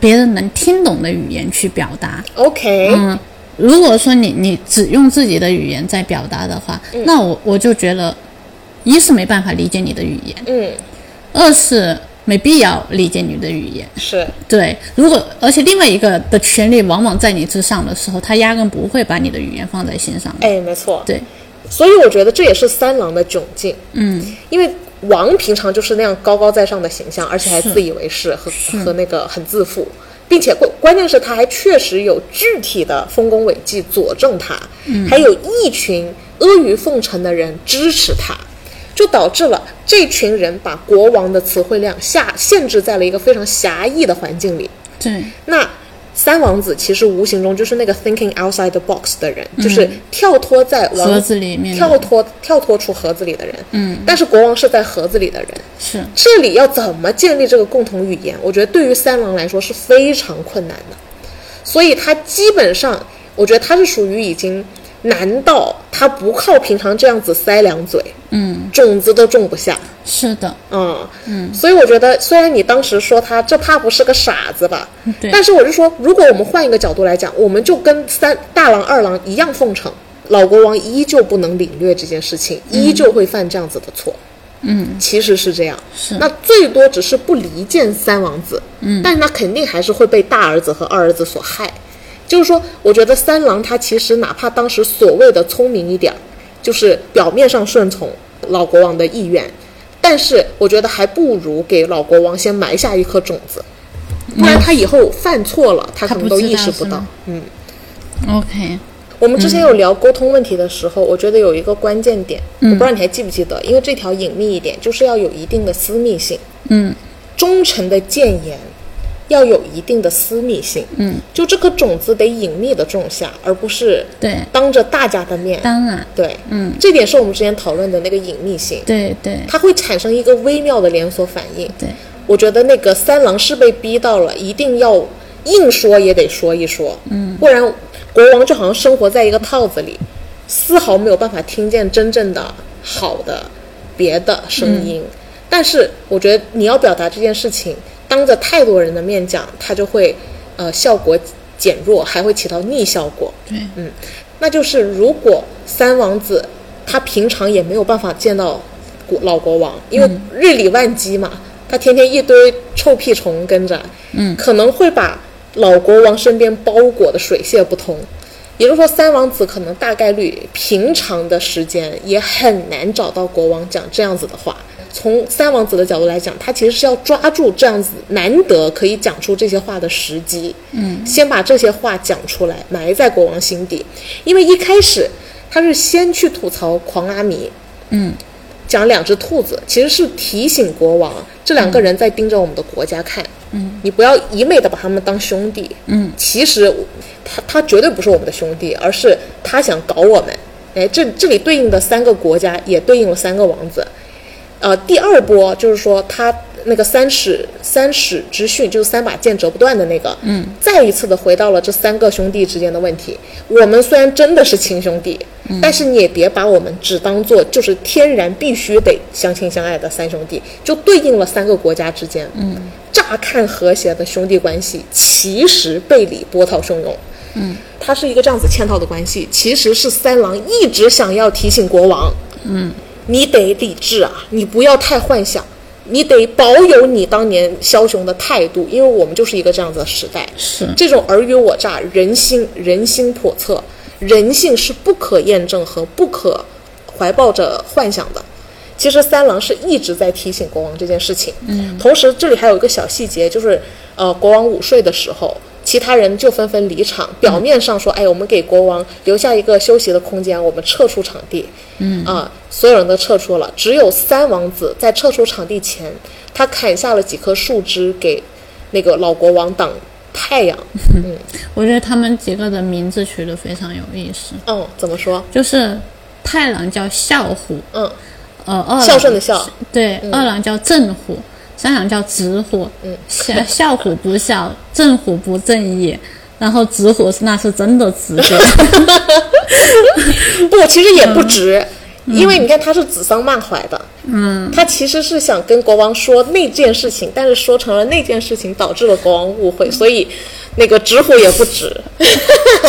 Speaker 4: 别人能听懂的语言去表达。
Speaker 1: OK，、
Speaker 4: 嗯，如果说你你只用自己的语言在表达的话，那我我就觉得，一是没办法理解你的语言，
Speaker 1: 嗯，
Speaker 4: 二是没必要理解你的语言。
Speaker 1: 是
Speaker 4: 对，如果而且另外一个的权利往往在你之上的时候，他压根不会把你的语言放在心上的。
Speaker 1: 哎，没错，
Speaker 4: 对，
Speaker 1: 所以我觉得这也是三郎的窘境，嗯，因为王平常就是那样高高在上的形象，而且还
Speaker 4: 是
Speaker 1: 自以为是和和那个很自负，并且关关键是他还确实有具体的丰功伟绩佐证他，还有一群阿谀奉承的人支持他。就导致了这群人把国王的词汇量下限制在了一个非常狭义的环境里，
Speaker 4: 对，
Speaker 1: 那三王子其实无形中就是那个 thinking outside the box 的人，就是跳脱在王
Speaker 4: 盒子里面的
Speaker 1: 跳脱跳脱出盒子里的人。嗯，但是国王是在盒子里的人。
Speaker 4: 是
Speaker 1: 这里要怎么建立这个共同语言？我觉得对于三郎来说是非常困难的，所以他基本上，我觉得他是属于已经难到他不靠平常这样子塞两嘴，嗯，种子都种不下。
Speaker 4: 是的，
Speaker 1: 嗯，嗯，所以我觉得，虽然你当时说他这怕不是个傻子吧，
Speaker 4: 对
Speaker 1: 但是我就说，如果我们换一个角度来讲，我们就跟三大郎、二郎一样奉承，老国王依旧不能领略这件事情，依旧会犯这样子的错。嗯，其实是这样，
Speaker 4: 是
Speaker 1: 那最多只是不离间三王子，嗯，但他肯定还是会被大儿子和二儿子所害。就是说，我觉得三郎他其实哪怕当时所谓的聪明一点儿，就是表面上顺从老国王的意愿，但是我觉得还不如给老国王先埋下一颗种子，不然他以后犯错了，他可能都意识不
Speaker 4: 他不知道是
Speaker 1: 到
Speaker 4: 吗。OK，
Speaker 1: 我们之前有聊沟通问题的时候，我觉得有一个关键点，我不知道你还记不记得，因为这条隐秘一点，就是要有一定的私密性。
Speaker 4: 嗯，
Speaker 1: 忠诚的谏言要有一定的私密性。嗯，就这颗种子得隐秘的种下，而不是
Speaker 4: 对
Speaker 1: 当着大家的面。
Speaker 4: 当然，
Speaker 1: 对，嗯，这点是我们之前讨论的那个隐秘性，
Speaker 4: 对对
Speaker 1: 它会产生一个微妙的连锁反应。
Speaker 4: 对，
Speaker 1: 我觉得那个三郎是被逼到了，一定要硬说也得说一说，嗯，不然国王就好像生活在一个套子里，丝毫没有办法听见真正的好的别的声音。但是我觉得你要表达这件事情，当着太多人的面讲，它就会呃效果减弱，还会起到逆效果。
Speaker 4: 对，
Speaker 1: 嗯，那就是如果三王子他平常也没有办法见到国老国王，因为日理万机嘛，他天天一堆臭屁虫跟着，嗯，可能会把老国王身边包裹的水泄不通。也就是说，三王子可能大概率平常的时间也很难找到国王讲这样子的话。从三王子的角度来讲，他其实是要抓住这样子难得可以讲出这些话的时机，嗯，先把这些话讲出来，埋在国王心底。因为一开始他是先去吐槽狂阿弥，嗯讲两只兔子，其实是提醒国王，这两个人在盯着我们的国家看。嗯，你不要一昧的把他们当兄弟。嗯，其实他他绝对不是我们的兄弟，而是他想搞我们。哎，这这里对应的三个国家也对应了三个王子。呃，第二波就是说他那个三尺三尺之训，就是三把剑折不断的那个，嗯，再一次的回到了这三个兄弟之间的问题。我们虽然真的是亲兄弟，但是你也别把我们只当做就是天然必须得相亲相爱的三兄弟，就对应了三个国家之间，嗯，乍看和谐的兄弟关系，其实背里波涛汹涌。嗯，它是一个这样子嵌套的关系，其实是三郎一直想要提醒国王，你得理智啊，你不要太幻想，你得保有你当年枭雄的态度，因为我们就是一个这样子的时代。
Speaker 4: 是
Speaker 1: 这种尔虞我诈，人心人心叵测，人性是不可验证和不可怀抱着幻想的。其实三郎是一直在提醒国王这件事情。嗯，同时这里还有一个小细节，就是呃，国王午睡的时候，其他人就纷纷离场。表面上说，哎，我们给国王留下一个休息的空间，我们撤出场地。嗯啊，所有人都撤出了，只有三王子在撤出场地前，他砍下了几棵树枝给那个老国王挡太 阳。嗯
Speaker 2: 我觉得他们几个的名字取得非常有意思，
Speaker 1: 嗯，怎么说？
Speaker 2: 就是太郎叫孝虎，
Speaker 1: 嗯，
Speaker 2: 呃，二郎
Speaker 1: 孝顺的孝，
Speaker 2: 对，二郎叫正虎，三郎叫直虎，
Speaker 1: 嗯
Speaker 2: 孝孝虎不孝，正虎不正义，然后直虎那是真的直 的，
Speaker 1: 不，其实也不值，因为你看他是指桑骂槐的，嗯，他其实是想跟国王说那件事情，但是说成了那件事情导致了国王误会，所以那个直虎也不值，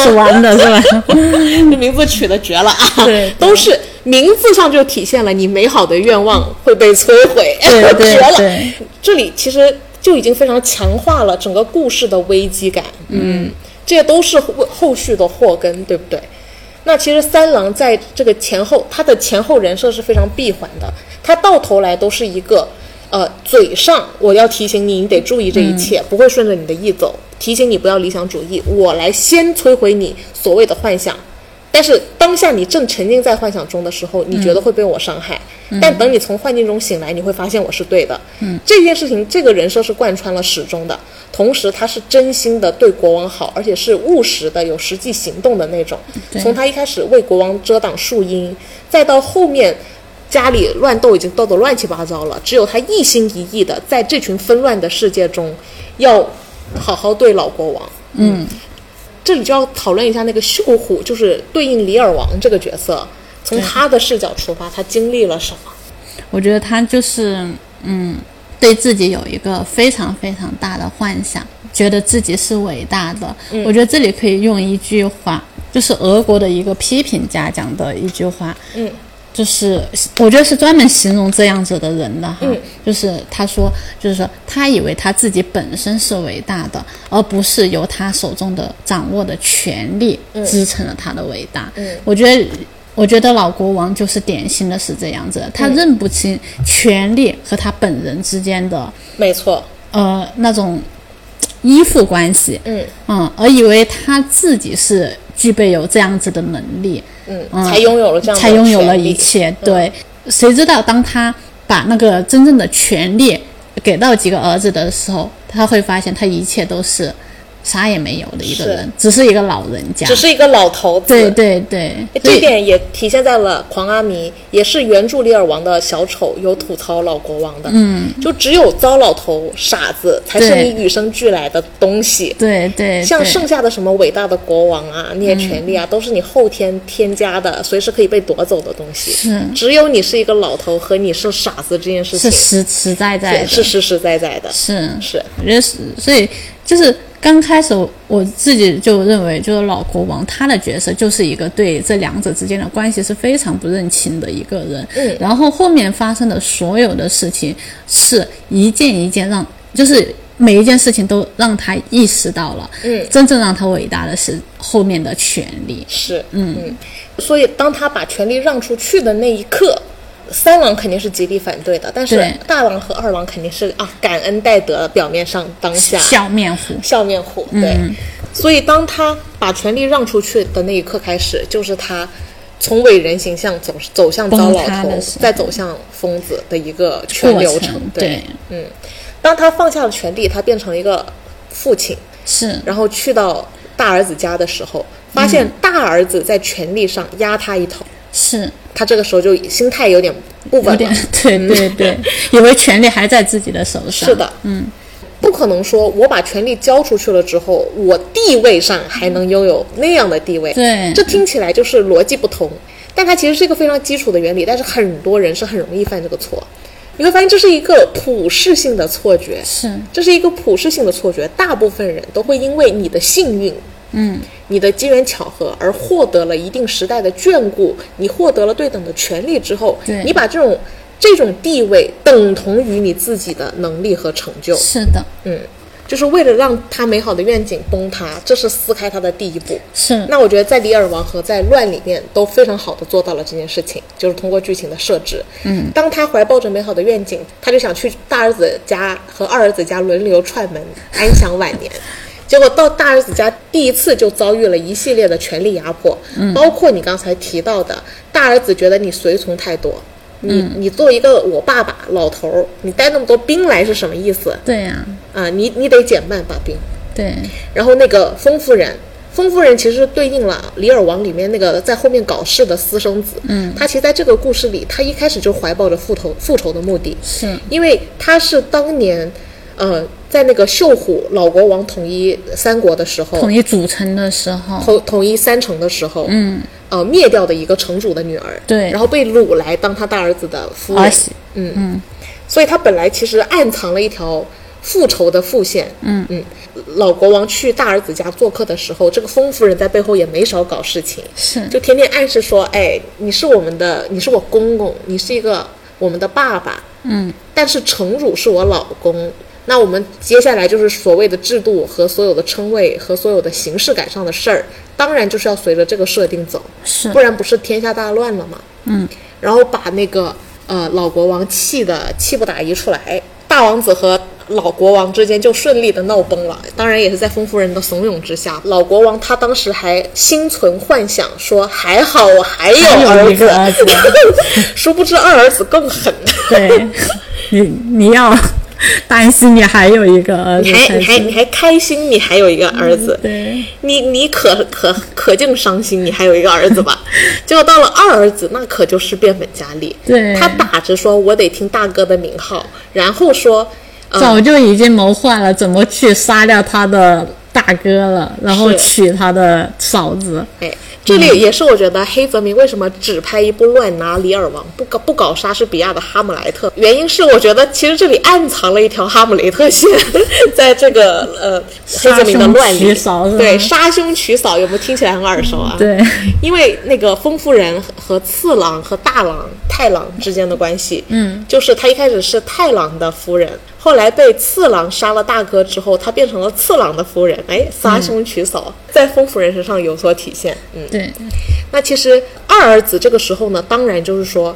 Speaker 2: 是玩的是吧？
Speaker 1: 这 名字取的绝了啊！
Speaker 2: 对对
Speaker 1: 都是名字上就体现了你美好的愿望会被摧毁，
Speaker 2: 对对
Speaker 1: 绝了
Speaker 2: 对。
Speaker 1: 这里其实就已经非常强化了整个故事的危机感，嗯，这些都是后后续的祸根，对不对？那其实三郎在这个前后，他的前后人设是非常闭环的，他到头来都是一个，呃，嘴上我要提醒你，你得注意这
Speaker 2: 嗯
Speaker 1: 一切，不会顺着你的意走，提醒你不要理想主义，我来先摧毁你所谓的幻想。但是当下你正沉浸在幻想中的时候，你觉得会被我伤害，但等你从幻境中醒来，你会发现我是对的。嗯，这件事情，这个人设是贯穿了始终的，同时他是真心的对国王好，而且是务实的，有实际行动的那种。
Speaker 2: 对
Speaker 1: 从他一开始为国王遮挡树荫，再到后面家里乱斗已经斗得乱七八糟了，只有他一心一意的在这群纷乱的世界中，要好好对老国王。嗯，这里就要讨论一下那个秀虎，就是对应李尔王这个角色，从他的视角出发，他经历了什么？
Speaker 2: 我觉得他就是嗯，对自己有一个非常非常大的幻想，觉得自己是伟大的。
Speaker 1: 嗯
Speaker 2: 我觉得这里可以用一句话，就是俄国的一个批评家讲的一句话，
Speaker 1: 嗯，
Speaker 2: 就是我觉得是专门形容这样子的人的哈，
Speaker 1: 嗯
Speaker 2: 就是他说，就是说他以为他自己本身是伟大的，而不是由他手中的掌握的权力
Speaker 1: 嗯
Speaker 2: 支撑了他的伟大。我觉得。我觉得老国王就是典型的是这样子的，他
Speaker 1: 嗯
Speaker 2: 认不清权力和他本人之间的
Speaker 1: 没错，
Speaker 2: 呃那种依附关系，
Speaker 1: 嗯
Speaker 2: 嗯，而以为他自己是具备有这样子的能力，
Speaker 1: 嗯，
Speaker 2: 嗯
Speaker 1: 才拥有了这样的
Speaker 2: 才拥有了
Speaker 1: 权利嗯
Speaker 2: 一切。对，谁知道当他把那个真正的权利给到几个儿子的时候，他会发现他一切都是啥也没有的一个
Speaker 1: 是
Speaker 2: 人，只是一个老人家
Speaker 1: 只。是一个老头子。
Speaker 2: 对对对，所
Speaker 1: 这
Speaker 2: 以
Speaker 1: 点也体现在了狂阿弥，也是原著《李尔王》的小丑有吐槽老国王的，嗯，就只有糟老头、傻子才是
Speaker 2: 对
Speaker 1: 你与生俱来的东西，
Speaker 2: 对对嗯
Speaker 1: 像
Speaker 2: 对
Speaker 1: 剩下的什么伟大的国王啊、那些权利啊，都是你后天添加的，随时可以被夺走的东西。
Speaker 2: 是
Speaker 1: 只有你是一个老头和你是傻子这件事
Speaker 2: 是
Speaker 1: 情
Speaker 2: 实实在在的，
Speaker 1: 是实实在在的，
Speaker 2: 是
Speaker 1: 是
Speaker 2: 我觉得是，所以就是刚开始我我自己就认为，就是老国王他的角色就是一个对这两者之间的关系是非常不认清的一个人。
Speaker 1: 嗯
Speaker 2: 然后后面发生的所有的事情是一件一件让，就是每一件事情都让他意识到了，
Speaker 1: 嗯
Speaker 2: 真正让他伟大的是后面的权利。
Speaker 1: 是，嗯嗯，所以当他把权力让出去的那一刻，三郎肯定是极力反对的，但是
Speaker 2: 对
Speaker 1: 大郎和二郎肯定是啊感恩戴德，表面上当下
Speaker 2: 笑面虎，
Speaker 1: 笑面虎，
Speaker 2: 嗯
Speaker 1: 对。所以当他把权力让出去的那一刻开始，就是他从伟人形象走走向糟老
Speaker 2: 崩塌
Speaker 1: 头
Speaker 2: 的时，候
Speaker 1: 再走向疯子的一个全流程
Speaker 2: 过程。对
Speaker 1: 嗯，当他放下了权力，他变成了一个父亲，
Speaker 2: 是
Speaker 1: 然后去到大儿子家的时候，发
Speaker 2: 嗯
Speaker 1: 现大儿子在权力上压他一头，
Speaker 2: 是，
Speaker 1: 他这个时候就心态有点不稳
Speaker 2: 有
Speaker 1: 了。
Speaker 2: 点对对 对，以为权力还在自己的手上。
Speaker 1: 是的，嗯，不可能说我把权力交出去了之后，我地位上还能拥有那样的地位。
Speaker 2: 对
Speaker 1: 这听起来就是逻辑不通，但它其实是一个非常基础的原理，但是很多人是很容易犯这个错。你会发现这是一个普世性的错觉，
Speaker 2: 是
Speaker 1: 这是一个普世性的错觉，大部分人都会因为你的幸运，嗯，你的机缘巧合而获得了一定时代的眷顾，你获得了对等的权利之后
Speaker 2: 对，
Speaker 1: 你把这种这种地位等同于你自己的能力和成就，
Speaker 2: 是的，
Speaker 1: 嗯，就是为了让他美好的愿景崩塌，这是撕开他的第一步。
Speaker 2: 是
Speaker 1: 那我觉得在《李尔王》和在《乱》里面都非常好的做到了这件事情，就是通过剧情的设置。嗯，当他怀抱着美好的愿景，他就想去大儿子家和二儿子家轮流串门，安享晚年。结果到大儿子家第一次就遭遇了一系列的权力压迫，包括你刚才提到的，大儿子觉得你随从太多。你你做一个我爸爸老头儿，你带那么多兵来是什么意思
Speaker 2: 对呀、
Speaker 1: 啊？你你得减半把兵。
Speaker 2: 对，
Speaker 1: 然后那个丰夫人，丰夫人其实对应了《李尔王》里面那个在后面搞事的私生子。嗯，他其实在这个故事里，他一开始就怀抱着复仇复仇的目的，
Speaker 2: 是
Speaker 1: 因为他是当年，呃，在那个秀虎老国王统一三国的时候，
Speaker 2: 统一组成的时候，
Speaker 1: 统统一三城的时候，嗯，呃，灭掉的一个城主的女儿，
Speaker 2: 对
Speaker 1: 然后被掳来当他大儿子的夫人
Speaker 2: 儿，媳
Speaker 1: 所以他本来其实暗藏了一条复仇的复线。嗯嗯，老国王去大儿子家做客的时候，这个丰夫人在背后也没少搞事情，
Speaker 2: 是
Speaker 1: 就天天暗示说，哎，你是我们的，你是我公公，你是一个我们的爸爸。嗯，但是城主是我老公。那我们接下来就是所谓的制度和所有的称谓和所有的形式感上的事儿，当然就是要随着这个设定走。
Speaker 2: 是
Speaker 1: 不，然不是天下大乱了吗？嗯，然后把那个呃老国王气的气不打一处来，大王子和老国王之间就顺利的闹崩了。当然也是在丰夫人的怂恿之下，老国王他当时还心存幻想，说还好我还有
Speaker 2: 有
Speaker 1: 儿
Speaker 2: 一个儿子，
Speaker 1: 殊不知二儿子更狠。
Speaker 2: 对， 你你 要担心你还有一个儿子
Speaker 1: 你还
Speaker 2: 才
Speaker 1: 你还
Speaker 2: 行，
Speaker 1: 你还开心，你还有一个儿子，
Speaker 2: 对，
Speaker 1: 你你可可可劲伤心，你还有一个儿子 吧？结果到了二儿子，那可就是变本加厉。
Speaker 2: 对
Speaker 1: 他打着说我得听大哥的名号，然后说，呃，
Speaker 2: 早就已经谋划了怎么去杀掉他的大哥了，然后
Speaker 1: 是
Speaker 2: 娶他的嫂子。
Speaker 1: 哎，这里也是我觉得黑泽明为什么只拍一部乱拿里尔王，不搞不搞莎士比亚的哈姆莱特，原因是我觉得其实这里暗藏了一条哈姆雷特线， 在这个呃黑泽明的乱
Speaker 2: 杀兄
Speaker 1: 里
Speaker 2: 取嫂是吗，
Speaker 1: 对杀兄取嫂有没有听起来很耳熟啊？
Speaker 2: 对，
Speaker 1: 因为那个丰夫人和次郎和大郎太郎之间的关系，嗯，就是她一开始是太郎的夫人，后来被次郎杀了大哥之后，她变成了次郎的夫人，哎，杀兄取嫂，在丰夫人身上有所体现，嗯，
Speaker 2: 对，
Speaker 1: 那其实二儿子这个时候呢，当然就是说，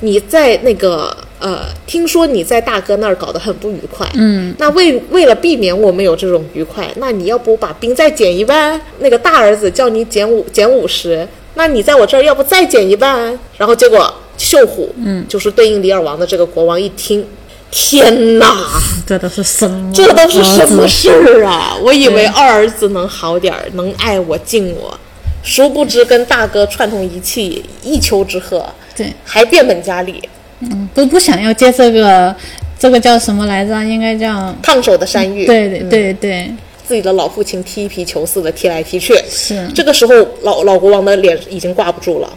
Speaker 1: 你在那个呃，听说你在大哥那儿搞得很不愉快，嗯，那为为了避免我们有这种愉快，那你要不把兵再减一半？那个大儿子叫你减五减五十，那你在我这儿要不再减一半？然后结果秀虎，嗯，就是对应李尔王的这个国王一听，天哪！
Speaker 2: 这都是什么？
Speaker 1: 这都是什么
Speaker 2: 么？
Speaker 1: 事儿啊！
Speaker 2: 嗯
Speaker 1: 我以为二儿子能好点儿，能爱我敬我，殊不知跟大哥串通一气，一丘之貉，
Speaker 2: 对，
Speaker 1: 还变本加厉。
Speaker 2: 嗯都不想要接这个，这个叫什么来着？应该叫。
Speaker 1: 烫手的山芋，
Speaker 2: 对对对对，
Speaker 1: 自己的老父亲踢皮球似的踢来踢去。
Speaker 2: 是
Speaker 1: 这个时候老老国王的脸已经挂不住了。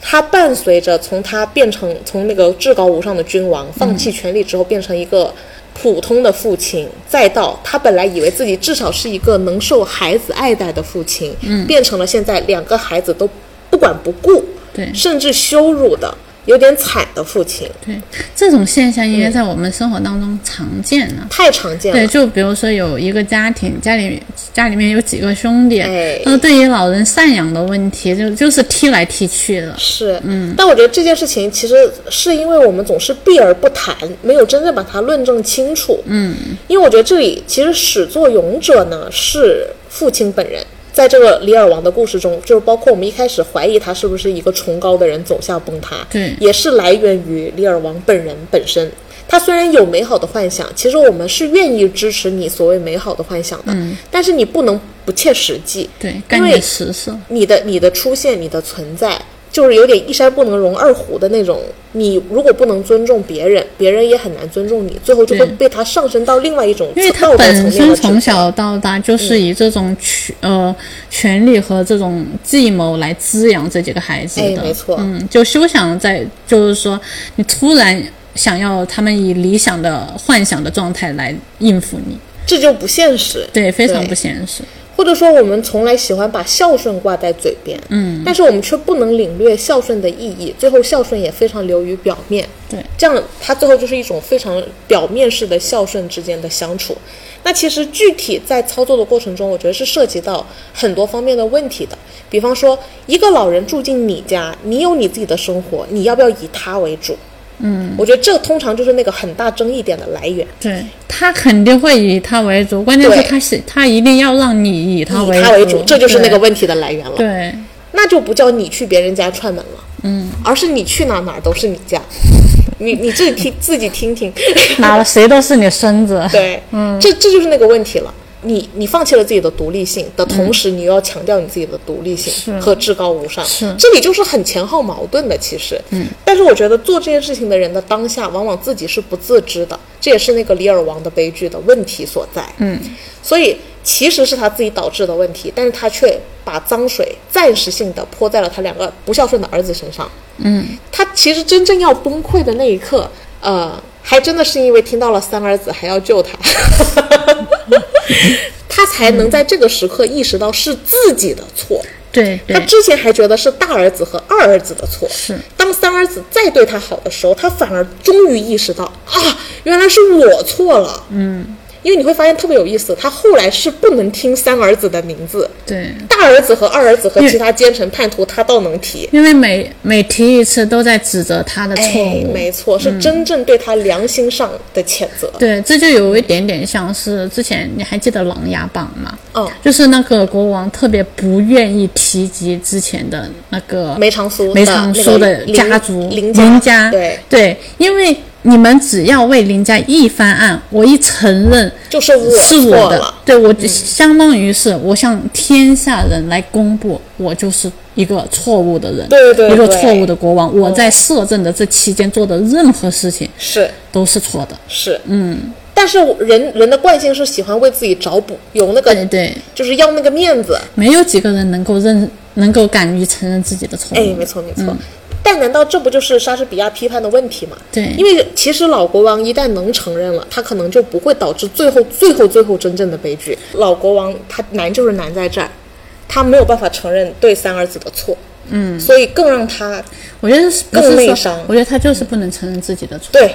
Speaker 1: 他伴随着从他变成从那个至高无上的君王，放弃权力之后，变成一个普通的父亲，再到他本来以为自己至少是一个能受孩子爱戴的父亲，
Speaker 2: 嗯
Speaker 1: 变成了现在两个孩子都不管不顾，
Speaker 2: 对
Speaker 1: 甚至羞辱的，有点惨的父亲，
Speaker 2: 对，这种现象应该在我们生活当中常见啊。
Speaker 1: 太常见
Speaker 2: 对，
Speaker 1: 了。
Speaker 2: 就比如说有一个家庭，家里家里面有几个兄弟，啊
Speaker 1: 哎
Speaker 2: 那对于老人赡养的问题，就就是踢来踢去的。
Speaker 1: 是，嗯，但我觉得这件事情其实是因为我们总是避而不谈，没有真正把它论证清楚，嗯，因为我觉得这里其实始作俑者呢是父亲本人，在这个李尔王的故事中，就是包括我们一开始怀疑他是不是一个崇高的人走向崩塌，
Speaker 2: 对
Speaker 1: 也是来源于李尔王本人本身。他虽然有美好的幻想，其实我们是愿意支持你所谓美好的幻想的，但是你不能不切实际，
Speaker 2: 嗯对，
Speaker 1: 因
Speaker 2: 干
Speaker 1: 为
Speaker 2: 点实事。
Speaker 1: 你的你的出现，你的存在，就是有点一山不能容二虎的那种。你如果不能尊重别人，别人也很难尊重你，最后就会
Speaker 2: 对
Speaker 1: 被他上升到另外一种
Speaker 2: 因为
Speaker 1: 道
Speaker 2: 他
Speaker 1: 德层
Speaker 2: 本
Speaker 1: 面
Speaker 2: 身
Speaker 1: 的
Speaker 2: 从
Speaker 1: 指责。
Speaker 2: 小到
Speaker 1: 嗯
Speaker 2: 大就是以这种权、呃权力和这种计谋来滋养这几个孩子
Speaker 1: 哎
Speaker 2: 的，
Speaker 1: 没错
Speaker 2: 嗯，就休想在就是说你突然想要他们以理想的幻想的状态来应付你，
Speaker 1: 这就不现实。
Speaker 2: 对，非常
Speaker 1: 对
Speaker 2: 不现实，
Speaker 1: 或者说我们从来喜欢把孝顺挂在嘴边，嗯，但是我们却不能领略孝顺的意义，最后孝顺也非常流于表面，
Speaker 2: 对
Speaker 1: 这样它最后就是一种非常表面式的孝顺之间的相处。那其实具体在操作的过程中，我觉得是涉及到很多方面的问题的，比方说一个老人住进你家，你有你自己的生活，你要不要以他为主？嗯，我觉得这通常就是那个很大争议点的来源。
Speaker 2: 对他肯定会以他为主，关键是他是他一定要让你以他
Speaker 1: 以
Speaker 2: 为
Speaker 1: 他为主
Speaker 2: 主，，
Speaker 1: 这就是那个问题的来源了。
Speaker 2: 对
Speaker 1: 那就不叫你去别人家串门了，嗯，而是你去哪哪儿都是你 家，你你自己听自己听 听，
Speaker 2: 对，哪谁都是你孙子，
Speaker 1: 对，嗯，这这就是那个问题了。你你放弃了自己的独立性的同时，你又要强调你自己的独立性和至高无上，
Speaker 2: 是
Speaker 1: 这里就是很前后矛盾的。其实，嗯，但是我觉得做这件事情的人的当下，往往自己是不自知的，这也是那个李尔王的悲剧的问题所在。嗯，所以其实是他自己导致的问题，但是他却把脏水暂时性的泼在了他两个不孝顺的儿子身上。嗯，他其实真正要崩溃的那一刻，呃，还真的是因为听到了三儿子还要救他， 他才能在这个时刻意识到是自己的错。
Speaker 2: 对
Speaker 1: 他之前还觉得是大儿子和二儿子的错，
Speaker 2: 是
Speaker 1: 当三儿子再对他好的时候，他反而终于意识到啊，原来是我错了。嗯，因为你会发现特别有意思，他后来是不能听三儿子的名字，
Speaker 2: 对，
Speaker 1: 大儿子和二儿子和其他奸臣叛徒他倒能提。
Speaker 2: 因为每每提一次都在指责他的错
Speaker 1: 哎，
Speaker 2: 误，
Speaker 1: 没错，是真正对他良心上的谴责。
Speaker 2: 对，这就有一点点像是之前你还记得《琅琊榜》吗？
Speaker 1: 嗯
Speaker 2: 就是那个国王特别不愿意提及之前的那个
Speaker 1: 梅长苏的
Speaker 2: 梅长苏
Speaker 1: 那个
Speaker 2: 的
Speaker 1: 林
Speaker 2: 家族
Speaker 1: 林家
Speaker 2: 林家，
Speaker 1: 对
Speaker 2: 因为你们只要为林家一翻案，我一承认
Speaker 1: 就是我错
Speaker 2: 是我的
Speaker 1: 了，嗯
Speaker 2: 对我相当于是我向天下人来公布，我就是一个错误的人，
Speaker 1: 对对
Speaker 2: 一个
Speaker 1: 对嗯
Speaker 2: 错误的国王，我在摄政的这期间做的任何事情
Speaker 1: 是
Speaker 2: 都是错的，
Speaker 1: 是，嗯。但是人人的惯性是喜欢为自己找补，有那个
Speaker 2: 对对。
Speaker 1: 就是要那个面子，
Speaker 2: 没有几个人能够认，能够敢于承认自己的错误。
Speaker 1: 哎，没错没错。
Speaker 2: 嗯
Speaker 1: 但难道这不就是莎士比亚批判的问题吗？
Speaker 2: 对
Speaker 1: 因为其实老国王一旦能承认了，他可能就不会导致最后最后最后真正的悲剧。老国王他难就是难在这儿，他没有办法承认对三儿子的错，嗯，所以更让他
Speaker 2: 我觉得是不
Speaker 1: 更
Speaker 2: 是
Speaker 1: 内
Speaker 2: 说
Speaker 1: 伤，
Speaker 2: 我觉得他就是不能承认自己的错，
Speaker 1: 对，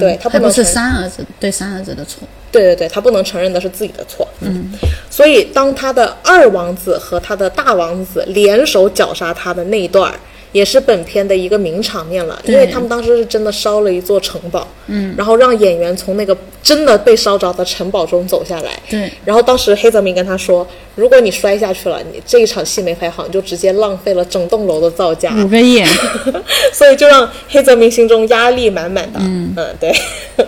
Speaker 1: 对他
Speaker 2: 嗯
Speaker 1: 不
Speaker 2: 还不
Speaker 1: 能
Speaker 2: 是
Speaker 1: 承认
Speaker 2: 三儿子对三儿子的错，
Speaker 1: 对对对，他不能承认的是自己的错。嗯，所以当他的二王子和他的大王子联手绞杀他的那一段儿，也是本片的一个名场面了，因为他们当时是真的烧了一座城堡，嗯，然后让演员从那个真的被烧着的城堡中走下来。
Speaker 2: 对
Speaker 1: 然后当时黑泽明跟他说：“如果你摔下去了，你这一场戏没拍好，你就直接浪费了整栋楼的造价。
Speaker 2: 五个亿。
Speaker 1: 所以就让黑泽明心中压力满满的。嗯对。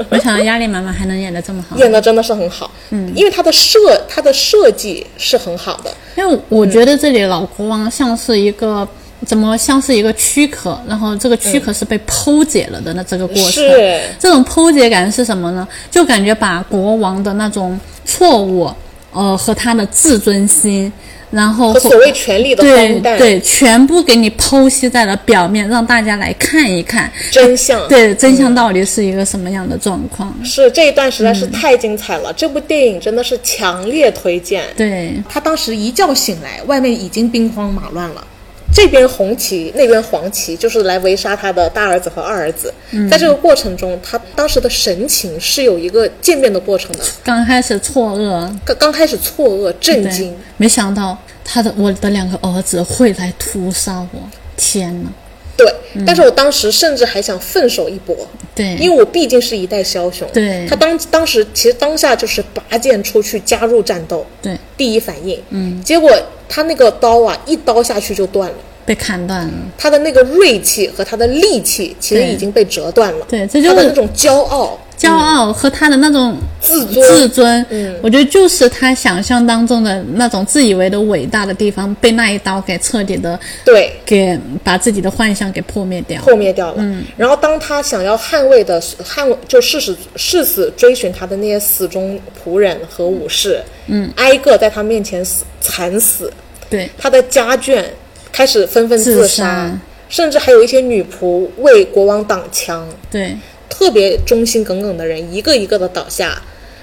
Speaker 2: 没想到压力满满还能演得这么好，
Speaker 1: 演的真的是很好，嗯，因为它的设它的设计是很好的，
Speaker 2: 因为我觉得这里老国王像是一个。怎么像是一个躯壳，然后这个躯壳是被剖解了的那这个过程，
Speaker 1: 是
Speaker 2: 这种剖解感是什么呢？就感觉把国王的那种错误，呃，和他的自尊心，然后
Speaker 1: 和所谓权力的荒诞，
Speaker 2: 对，全部给你剖析在了表面，让大家来看一看，
Speaker 1: 真相，
Speaker 2: 对真相到底是一个什么样的状况。
Speaker 1: 是这一段实在是太精彩了，这部电影真的是强烈推荐。
Speaker 2: 对，
Speaker 1: 他当时一觉醒来，外面已经兵荒马乱了。这边红旗，那边黄旗，就是来围杀他的大儿子和二儿子。
Speaker 2: 嗯
Speaker 1: 在这个过程中，他当时的神情是有一个渐变的过程的。
Speaker 2: 刚开始错愕，
Speaker 1: 刚刚开始错愕、震
Speaker 2: 对嗯
Speaker 1: 惊，，
Speaker 2: 没想到他的我的两个儿子会来屠杀我，天呐，
Speaker 1: 对，但是我当时甚至还想奋手一搏，
Speaker 2: 对，
Speaker 1: 因为我毕竟是一代枭雄，
Speaker 2: 对
Speaker 1: 他当当时其实当下就是拔剑出去加入战斗，
Speaker 2: 对
Speaker 1: 第一反应，嗯，结果他那个刀啊，一刀下去就断了，
Speaker 2: 被砍断了，
Speaker 1: 他的那个锐气和他的力气其实
Speaker 2: 对
Speaker 1: 已经被折断了，
Speaker 2: 对这就是
Speaker 1: 他的那种骄傲，
Speaker 2: 骄傲和他的那种
Speaker 1: 嗯自尊嗯
Speaker 2: 自尊，我觉得就是他想象当中的那种自以为的伟大的地方，被那一刀给彻底的
Speaker 1: 对，
Speaker 2: 给把自己的幻象给破灭掉。
Speaker 1: 破灭掉了。
Speaker 2: 嗯
Speaker 1: 然后当他想要捍卫的捍卫，就誓死誓死追寻他的那些死忠仆人和武士，嗯，挨个在他面前死惨死，
Speaker 2: 对，
Speaker 1: 他的家眷开始纷纷自
Speaker 2: 自杀
Speaker 1: 甚至还有一些女仆为国王挡枪，
Speaker 2: 对，
Speaker 1: 特别忠心耿耿的人一个一个的倒下。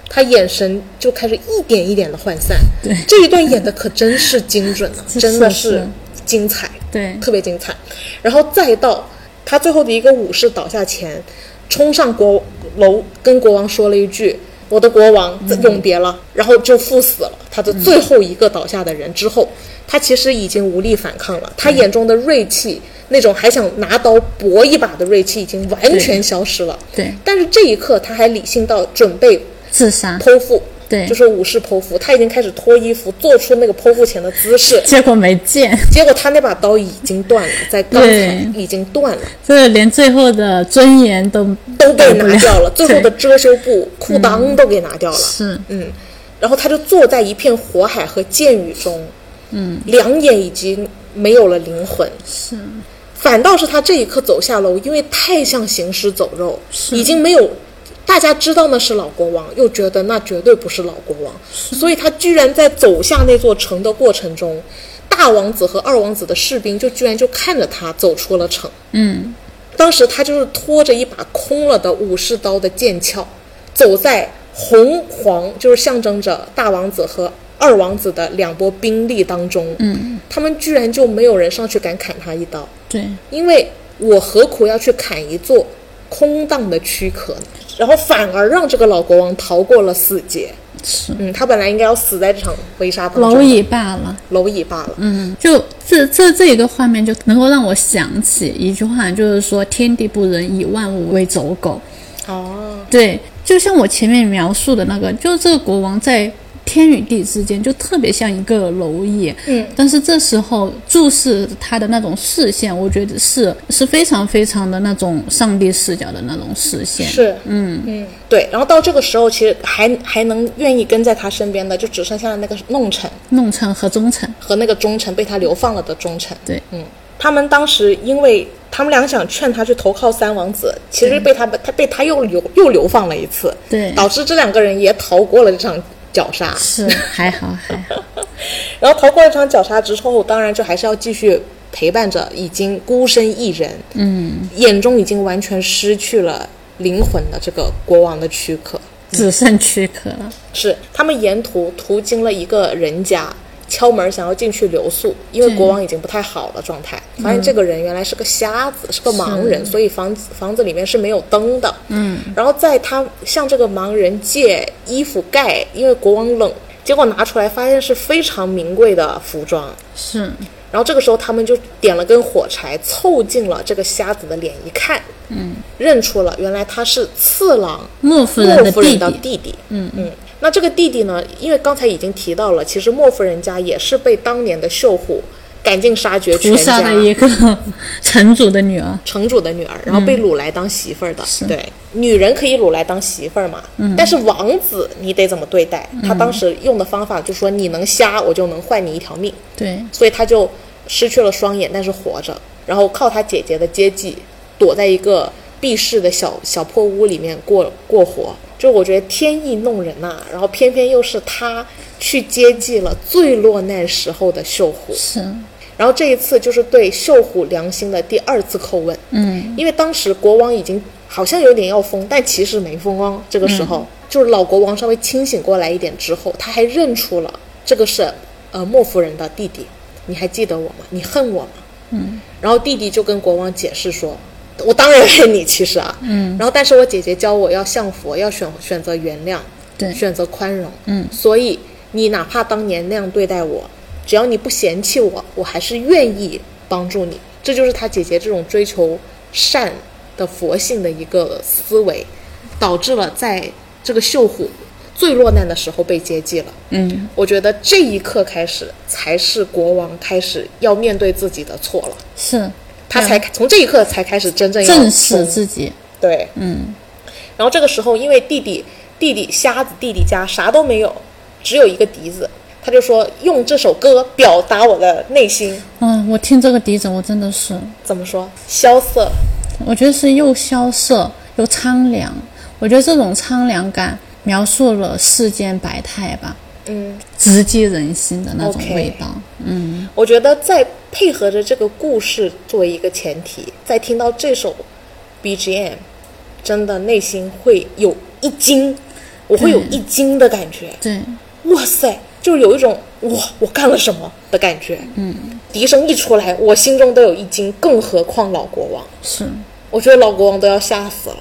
Speaker 1: 他眼神就开始一点一点的涣散，
Speaker 2: 对
Speaker 1: 这一段演的可真是精准啊，
Speaker 2: 是
Speaker 1: 真的
Speaker 2: 是
Speaker 1: 是
Speaker 2: 是
Speaker 1: 精彩，
Speaker 2: 对
Speaker 1: 特别精彩。然后再到他最后的一个武士倒下前，冲上国楼跟国王说了一句：“我的国王，永别
Speaker 2: 嗯
Speaker 1: 了。然后就赴死了。他的最后一个倒下的人之后，他其实已经无力反抗了，他眼中的锐气。那种还想拿刀搏一把的锐气已经完全消失了。
Speaker 2: 对
Speaker 1: 但是这一刻他还理性到准备
Speaker 2: 自杀，
Speaker 1: 剖腹，
Speaker 2: 对。
Speaker 1: 就是武士剖腹，他已经开始脱衣服，做出那个剖腹前的姿势
Speaker 2: 结果没见，
Speaker 1: 结果他那把刀已经断了，在刚才
Speaker 2: 对
Speaker 1: 已经断了，
Speaker 2: 这连最后的尊严都
Speaker 1: 都被
Speaker 2: 不
Speaker 1: 拿
Speaker 2: 了
Speaker 1: 掉了，最后
Speaker 2: 对嗯
Speaker 1: 的遮羞布、裤裆都给拿掉了。
Speaker 2: 是
Speaker 1: 嗯，然后他就坐在一片火海和箭雨中，嗯，两眼已经没有了灵魂，是，反倒是他这一刻走下楼，因为太像行尸走肉，已经没有。大家知道那是老国王，又觉得那绝对不是老国王，所以他居然在走下那座城的过程中，大王子和二王子的士兵就居然就看着他走出了城。当时他就是拖着一把空了的武士刀的剑鞘，走在红黄，就是象征着大王子和二王子的两波兵力当中。嗯，他们居然就没有人上去敢砍他一刀，
Speaker 2: 对，
Speaker 1: 因为我何苦要去砍一座空荡的躯壳呢？然后反而让这个老国王逃过了死劫。
Speaker 2: 是
Speaker 1: 嗯，他本来应该要死在这场围杀当中，
Speaker 2: 蝼蚁罢了。
Speaker 1: 蝼蚁罢了。
Speaker 2: 嗯，就这这这一个画面就能够让我想起一句话，就是说“天地不仁，以万物为刍狗”。
Speaker 1: 哦，
Speaker 2: 对，就像我前面描述的那个，就是这个国王在天与地之间，就特别像一个蝼蚁。
Speaker 1: 嗯，
Speaker 2: 但是这时候注视他的那种视线，我觉得是是非常非常的那种上帝视角的那种视线。
Speaker 1: 是，嗯嗯，对。然后到这个时候，其实还还能愿意跟在他身边的，就只剩下了那个弄臣
Speaker 2: 弄臣和忠臣，
Speaker 1: 和那个忠臣被他流放了的忠臣。
Speaker 2: 对，
Speaker 1: 嗯，他们当时因为他们俩想劝他去投靠三王子，其实被他们他被他又流又流放了一次，
Speaker 2: 对
Speaker 1: 导致这两个人也逃过了这场绞杀。
Speaker 2: 是还好还好，
Speaker 1: 然后逃过了这场绞杀之后，当然就还是要继续陪伴着已经孤身一人，嗯，眼中已经完全失去了灵魂的这个国王的躯壳。
Speaker 2: 只剩躯壳了。
Speaker 1: 是他们沿途途经了一个人家，敲门想要进去留宿，因为国王已经不太好了状态。发现这个人原来是个瞎子，是个盲人，所以房子房子里面是没有灯的。嗯，然后在他向这个盲人借衣服盖，因为国王冷，结果拿出来发现是非常名贵的服装。
Speaker 2: 是，
Speaker 1: 然后这个时候他们就点了根火柴，凑近了这个瞎子的脸一看，嗯，认出了原来他是次郎
Speaker 2: 莫夫人
Speaker 1: 莫
Speaker 2: 的
Speaker 1: 夫
Speaker 2: 弟
Speaker 1: 人的
Speaker 2: 弟。
Speaker 1: 弟弟。嗯嗯。那这个弟弟呢？因为刚才已经提到了，其实莫夫人家也是被当年的秀虎赶尽杀绝全
Speaker 2: 屠杀
Speaker 1: 家
Speaker 2: 的一个嗯城主的女儿，
Speaker 1: 城主的女儿，然后被掳来当媳妇儿的。对，女人可以掳来当媳妇儿嘛。嗯。但是王子你得怎么对待？他
Speaker 2: 嗯
Speaker 1: 当时用的方法就说：“你能瞎，我就能换你一条命。”
Speaker 2: 对，
Speaker 1: 所以他就失去了双眼，但是活着，然后靠他姐姐的接济，躲在一个避世的小小破屋里面过过活。就我觉得天意弄人呐、然后偏偏又是他去接济了最落难时候的秀虎，
Speaker 2: 是
Speaker 1: 然后这一次就是对秀虎良心的第二次叩问。嗯，因为当时国王已经好像有点要疯，但其实没疯哦。这个时候，就是老国王稍微清醒过来一点之后，他还认出了这个是呃莫夫人的弟弟。你还记得我吗？你恨我吗？嗯。然后弟弟就跟国王解释说。我当然恨你，其实啊，嗯，然后但是我姐姐教我要向佛，要选选择原谅，
Speaker 2: 对
Speaker 1: 选择宽容。嗯，所以你哪怕当年那样对待我，只要你不嫌弃我，我还是愿意帮助你。这就是他姐姐这种追求善的佛性的一个思维，导致了在这个秀虎最落难的时候被接济了。嗯，我觉得这一刻开始才是国王开始要面对自己的错了，
Speaker 2: 是，
Speaker 1: 他才从这一刻才开始真正要
Speaker 2: 正视
Speaker 1: 从
Speaker 2: 自己，
Speaker 1: 对，嗯。然后这个时候，因为弟弟弟弟瞎子弟弟家啥都没有，只有一个笛子，他就说用这首歌表达我的内心。
Speaker 2: 嗯，我听这个笛子，我真的是，
Speaker 1: 怎么说？萧瑟。
Speaker 2: 我觉得是又萧瑟又苍凉，我觉得这种苍凉感描述了世间百态吧，
Speaker 1: 嗯，
Speaker 2: 直击人心的那种
Speaker 1: OK
Speaker 2: 味道。嗯，
Speaker 1: 我觉得在配合着这个故事作为一个前提，再听到这首 BGM，真的内心会有一惊，我会有一惊的感觉。
Speaker 2: 对，
Speaker 1: 哇塞，就是有一种哇，我干了什么的感觉。嗯，笛声一出来，我心中都有一惊，更何况老国王，
Speaker 2: 是，
Speaker 1: 我觉得老国王都要吓死了。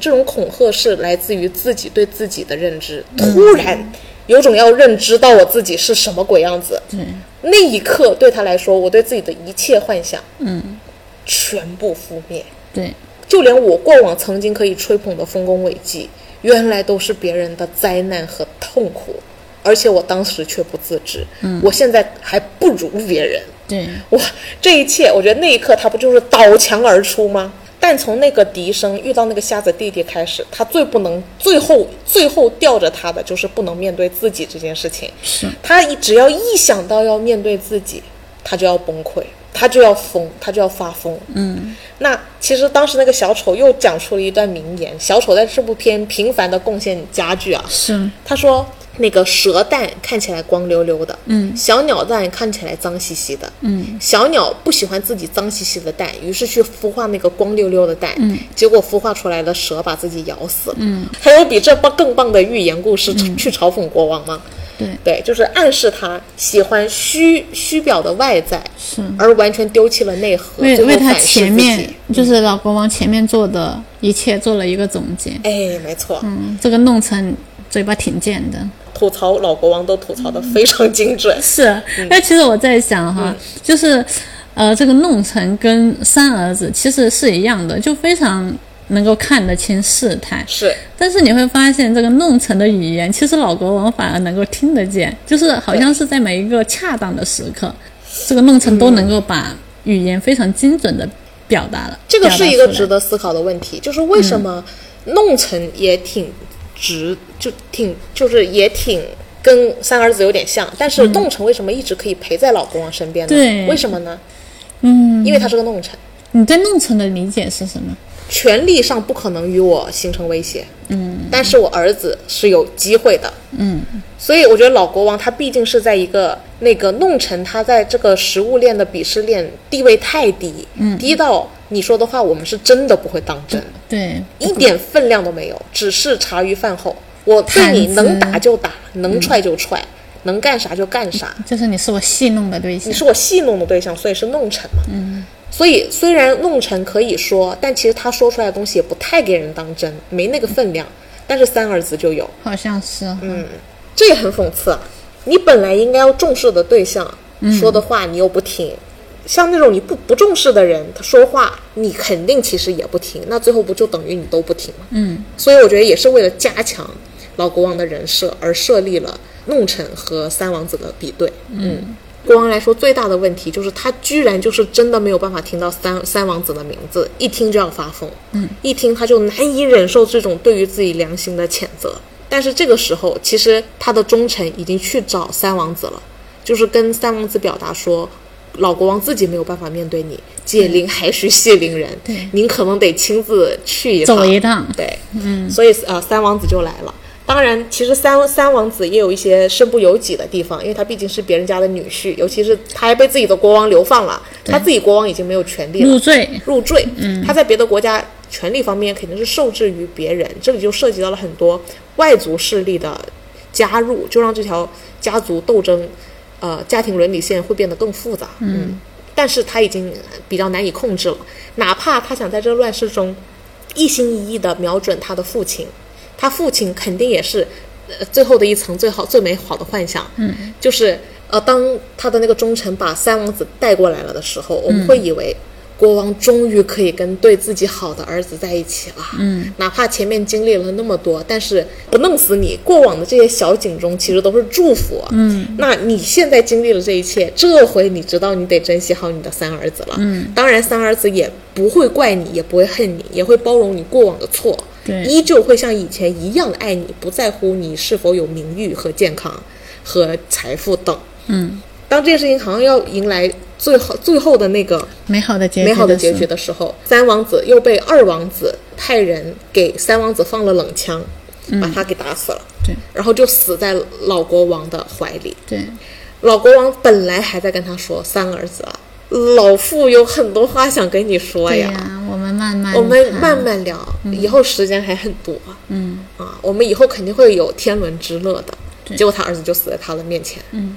Speaker 1: 这种恐吓是来自于自己对自己的认知，突然有种要认知到我自己是什么鬼样子。
Speaker 2: 对，
Speaker 1: 那一刻对他来说，我对自己的一切幻想，嗯，全部覆灭。
Speaker 2: 对，
Speaker 1: 就连我过往曾经可以吹捧的丰功伟绩，原来都是别人的灾难和痛苦，而且我当时却不自知。嗯，我现在还不如别人。
Speaker 2: 对，
Speaker 1: 哇，这一切，我觉得那一刻他不就是倒墙而出吗？但从那个笛声遇到那个瞎子弟弟开始，他最不能，最后最后吊着他的就是不能面对自己这件事情。
Speaker 2: 是
Speaker 1: 他一只要一想到要面对自己，他就要崩溃，他就要疯，他就要发疯。嗯，那其实当时那个小丑又讲出了一段名言，小丑在这部片频繁的贡献佳句啊，
Speaker 2: 是，
Speaker 1: 他说：“那个蛇蛋看起来光溜溜的，嗯，小鸟蛋看起来脏兮兮的，嗯，小鸟不喜欢自己脏兮兮的蛋，于是去孵化那个光溜溜的蛋，嗯，结果孵化出来的蛇把自己咬死了，嗯，还有比这棒更棒的寓言故事、去嘲讽国王吗？
Speaker 2: 对
Speaker 1: 对，就是暗示他喜欢虚虚表的外在，
Speaker 2: 是
Speaker 1: 而完全丢弃了内核，
Speaker 2: 为
Speaker 1: 最后
Speaker 2: 为他
Speaker 1: 反思
Speaker 2: 前
Speaker 1: 自
Speaker 2: 面
Speaker 1: 己，
Speaker 2: 就是嗯老国王前面做的一切做了一个总结，
Speaker 1: 哎，没错，
Speaker 2: 嗯，这个弄成嘴巴挺贱的。
Speaker 1: 吐槽老国王都吐槽的非常精准，
Speaker 2: 是，那其实我在想哈，就是，呃，这个弄臣跟三儿子其实是一样的，就非常能够看得清事态。
Speaker 1: 是。
Speaker 2: 但是你会发现，这个弄臣的语言，其实老国王反而能够听得见，就是好像是在每一个恰当的时刻，这个弄臣都能够把语言非常精准的表达了。
Speaker 1: 这个是一个值
Speaker 2: 值得
Speaker 1: 得思考的问题，就是为什么
Speaker 2: 嗯
Speaker 1: 弄臣也挺值，就挺就是也挺跟三儿子有点像，但是弄臣为什么一直可以陪在老国王身边呢？
Speaker 2: 嗯对
Speaker 1: 为什么呢？嗯，因为他是个弄臣，
Speaker 2: 你对弄臣的理解是什么？
Speaker 1: 权力上不可能与我形成威胁，嗯，但是我儿子是有机会的，嗯，所以我觉得老国王他毕竟是在一个那个弄臣，他在这个食物链的鄙视链地位太低，嗯，低到你说的话我们是真的不会当真，
Speaker 2: 对，
Speaker 1: 一点分量都没有，只是茶余饭后。我对你
Speaker 2: 谈资
Speaker 1: 能打就打，能踹就踹，能干啥就干啥。
Speaker 2: 就是你是我戏弄的对象
Speaker 1: 你。是我戏弄的对象，所以是弄臣嘛。嗯。所以虽然弄臣可以说，但其实他说出来的东西也不太给人当真，没那个分量。但是三儿子就有，
Speaker 2: 好像是，嗯，
Speaker 1: 这也很讽刺啊！你本来应该要重视的对象、说的话，你又不听。像那种你不不重视的人，他说话你肯定其实也不听，那最后不就等于你都不听吗？嗯，所以我觉得也是为了加强老国王的人设而设立了弄臣和三王子的比对。嗯，国王来说最大的问题就是他居然就是真的没有办法听到三三王子的名字，一听就要发疯，嗯，一听他就难以忍受这种对于自己良心的谴责。但是这个时候，其实他的忠臣已经去找三王子了，就是跟三王子表达说，老国王自己没有办法面对你，解铃还须系铃人，
Speaker 2: 嗯对
Speaker 1: 您可能得亲自去一趟，
Speaker 2: 走一趟
Speaker 1: 对，嗯，所以呃，三王子就来了。当然，其实三三王子也有一些身不由己的地方，因为他毕竟是别人家的女婿，尤其是他还被自己的国王流放了，他自己国王已经没有权利了，
Speaker 2: 入赘，
Speaker 1: 入赘，嗯，他在别的国家权力方面肯定是受制于别人，这里就涉及到了很多外族势力的加入，就让这条家族斗争，呃，家庭伦理线会变得更复杂，嗯，但是他已经比较难以控制了，哪怕他想在这乱世中一心一意的瞄准他的父亲，他父亲肯定也是，呃，最后的一层最好最美好的幻想，嗯，就是呃，当他的那个忠臣把三王子带过来了的时候，我们会以为国王终于可以跟对自己好的儿子在一起了，嗯，哪怕前面经历了那么多，但是不弄死你，过往的这些小警钟其实都是祝福，嗯，那你现在经历了这一切，这回你知道你得珍惜好你的三儿子了，嗯，当然三儿子也不会怪你，也不会恨你，也会包容你过往的错，
Speaker 2: 对
Speaker 1: 依旧会像以前一样爱你，不在乎你是否有名誉和健康和财富等。
Speaker 2: 嗯，
Speaker 1: 当这件事情好像要迎来最后最后的那个
Speaker 2: 美好的结局，
Speaker 1: 美好的结局，的时候，三王子又被二王子派人给三王子放了冷枪，
Speaker 2: 嗯
Speaker 1: 把他给打死了，
Speaker 2: 对
Speaker 1: 然后就死在老国王的怀里。
Speaker 2: 对，
Speaker 1: 老国王本来还在跟他说：“三儿子啊，老父有很多话想跟你说
Speaker 2: 对
Speaker 1: 呀。
Speaker 2: 呀、我们慢慢，
Speaker 1: 我们慢，慢聊，以后时间还很多。嗯啊，我们以后肯定会有天伦之乐的。结果他儿子就死在他的面前。嗯，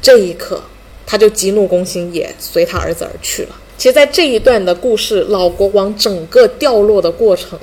Speaker 1: 这一刻，他就急怒攻心，也随他儿子而去了。其实，在这一段的故事，老国王整个掉落的过程，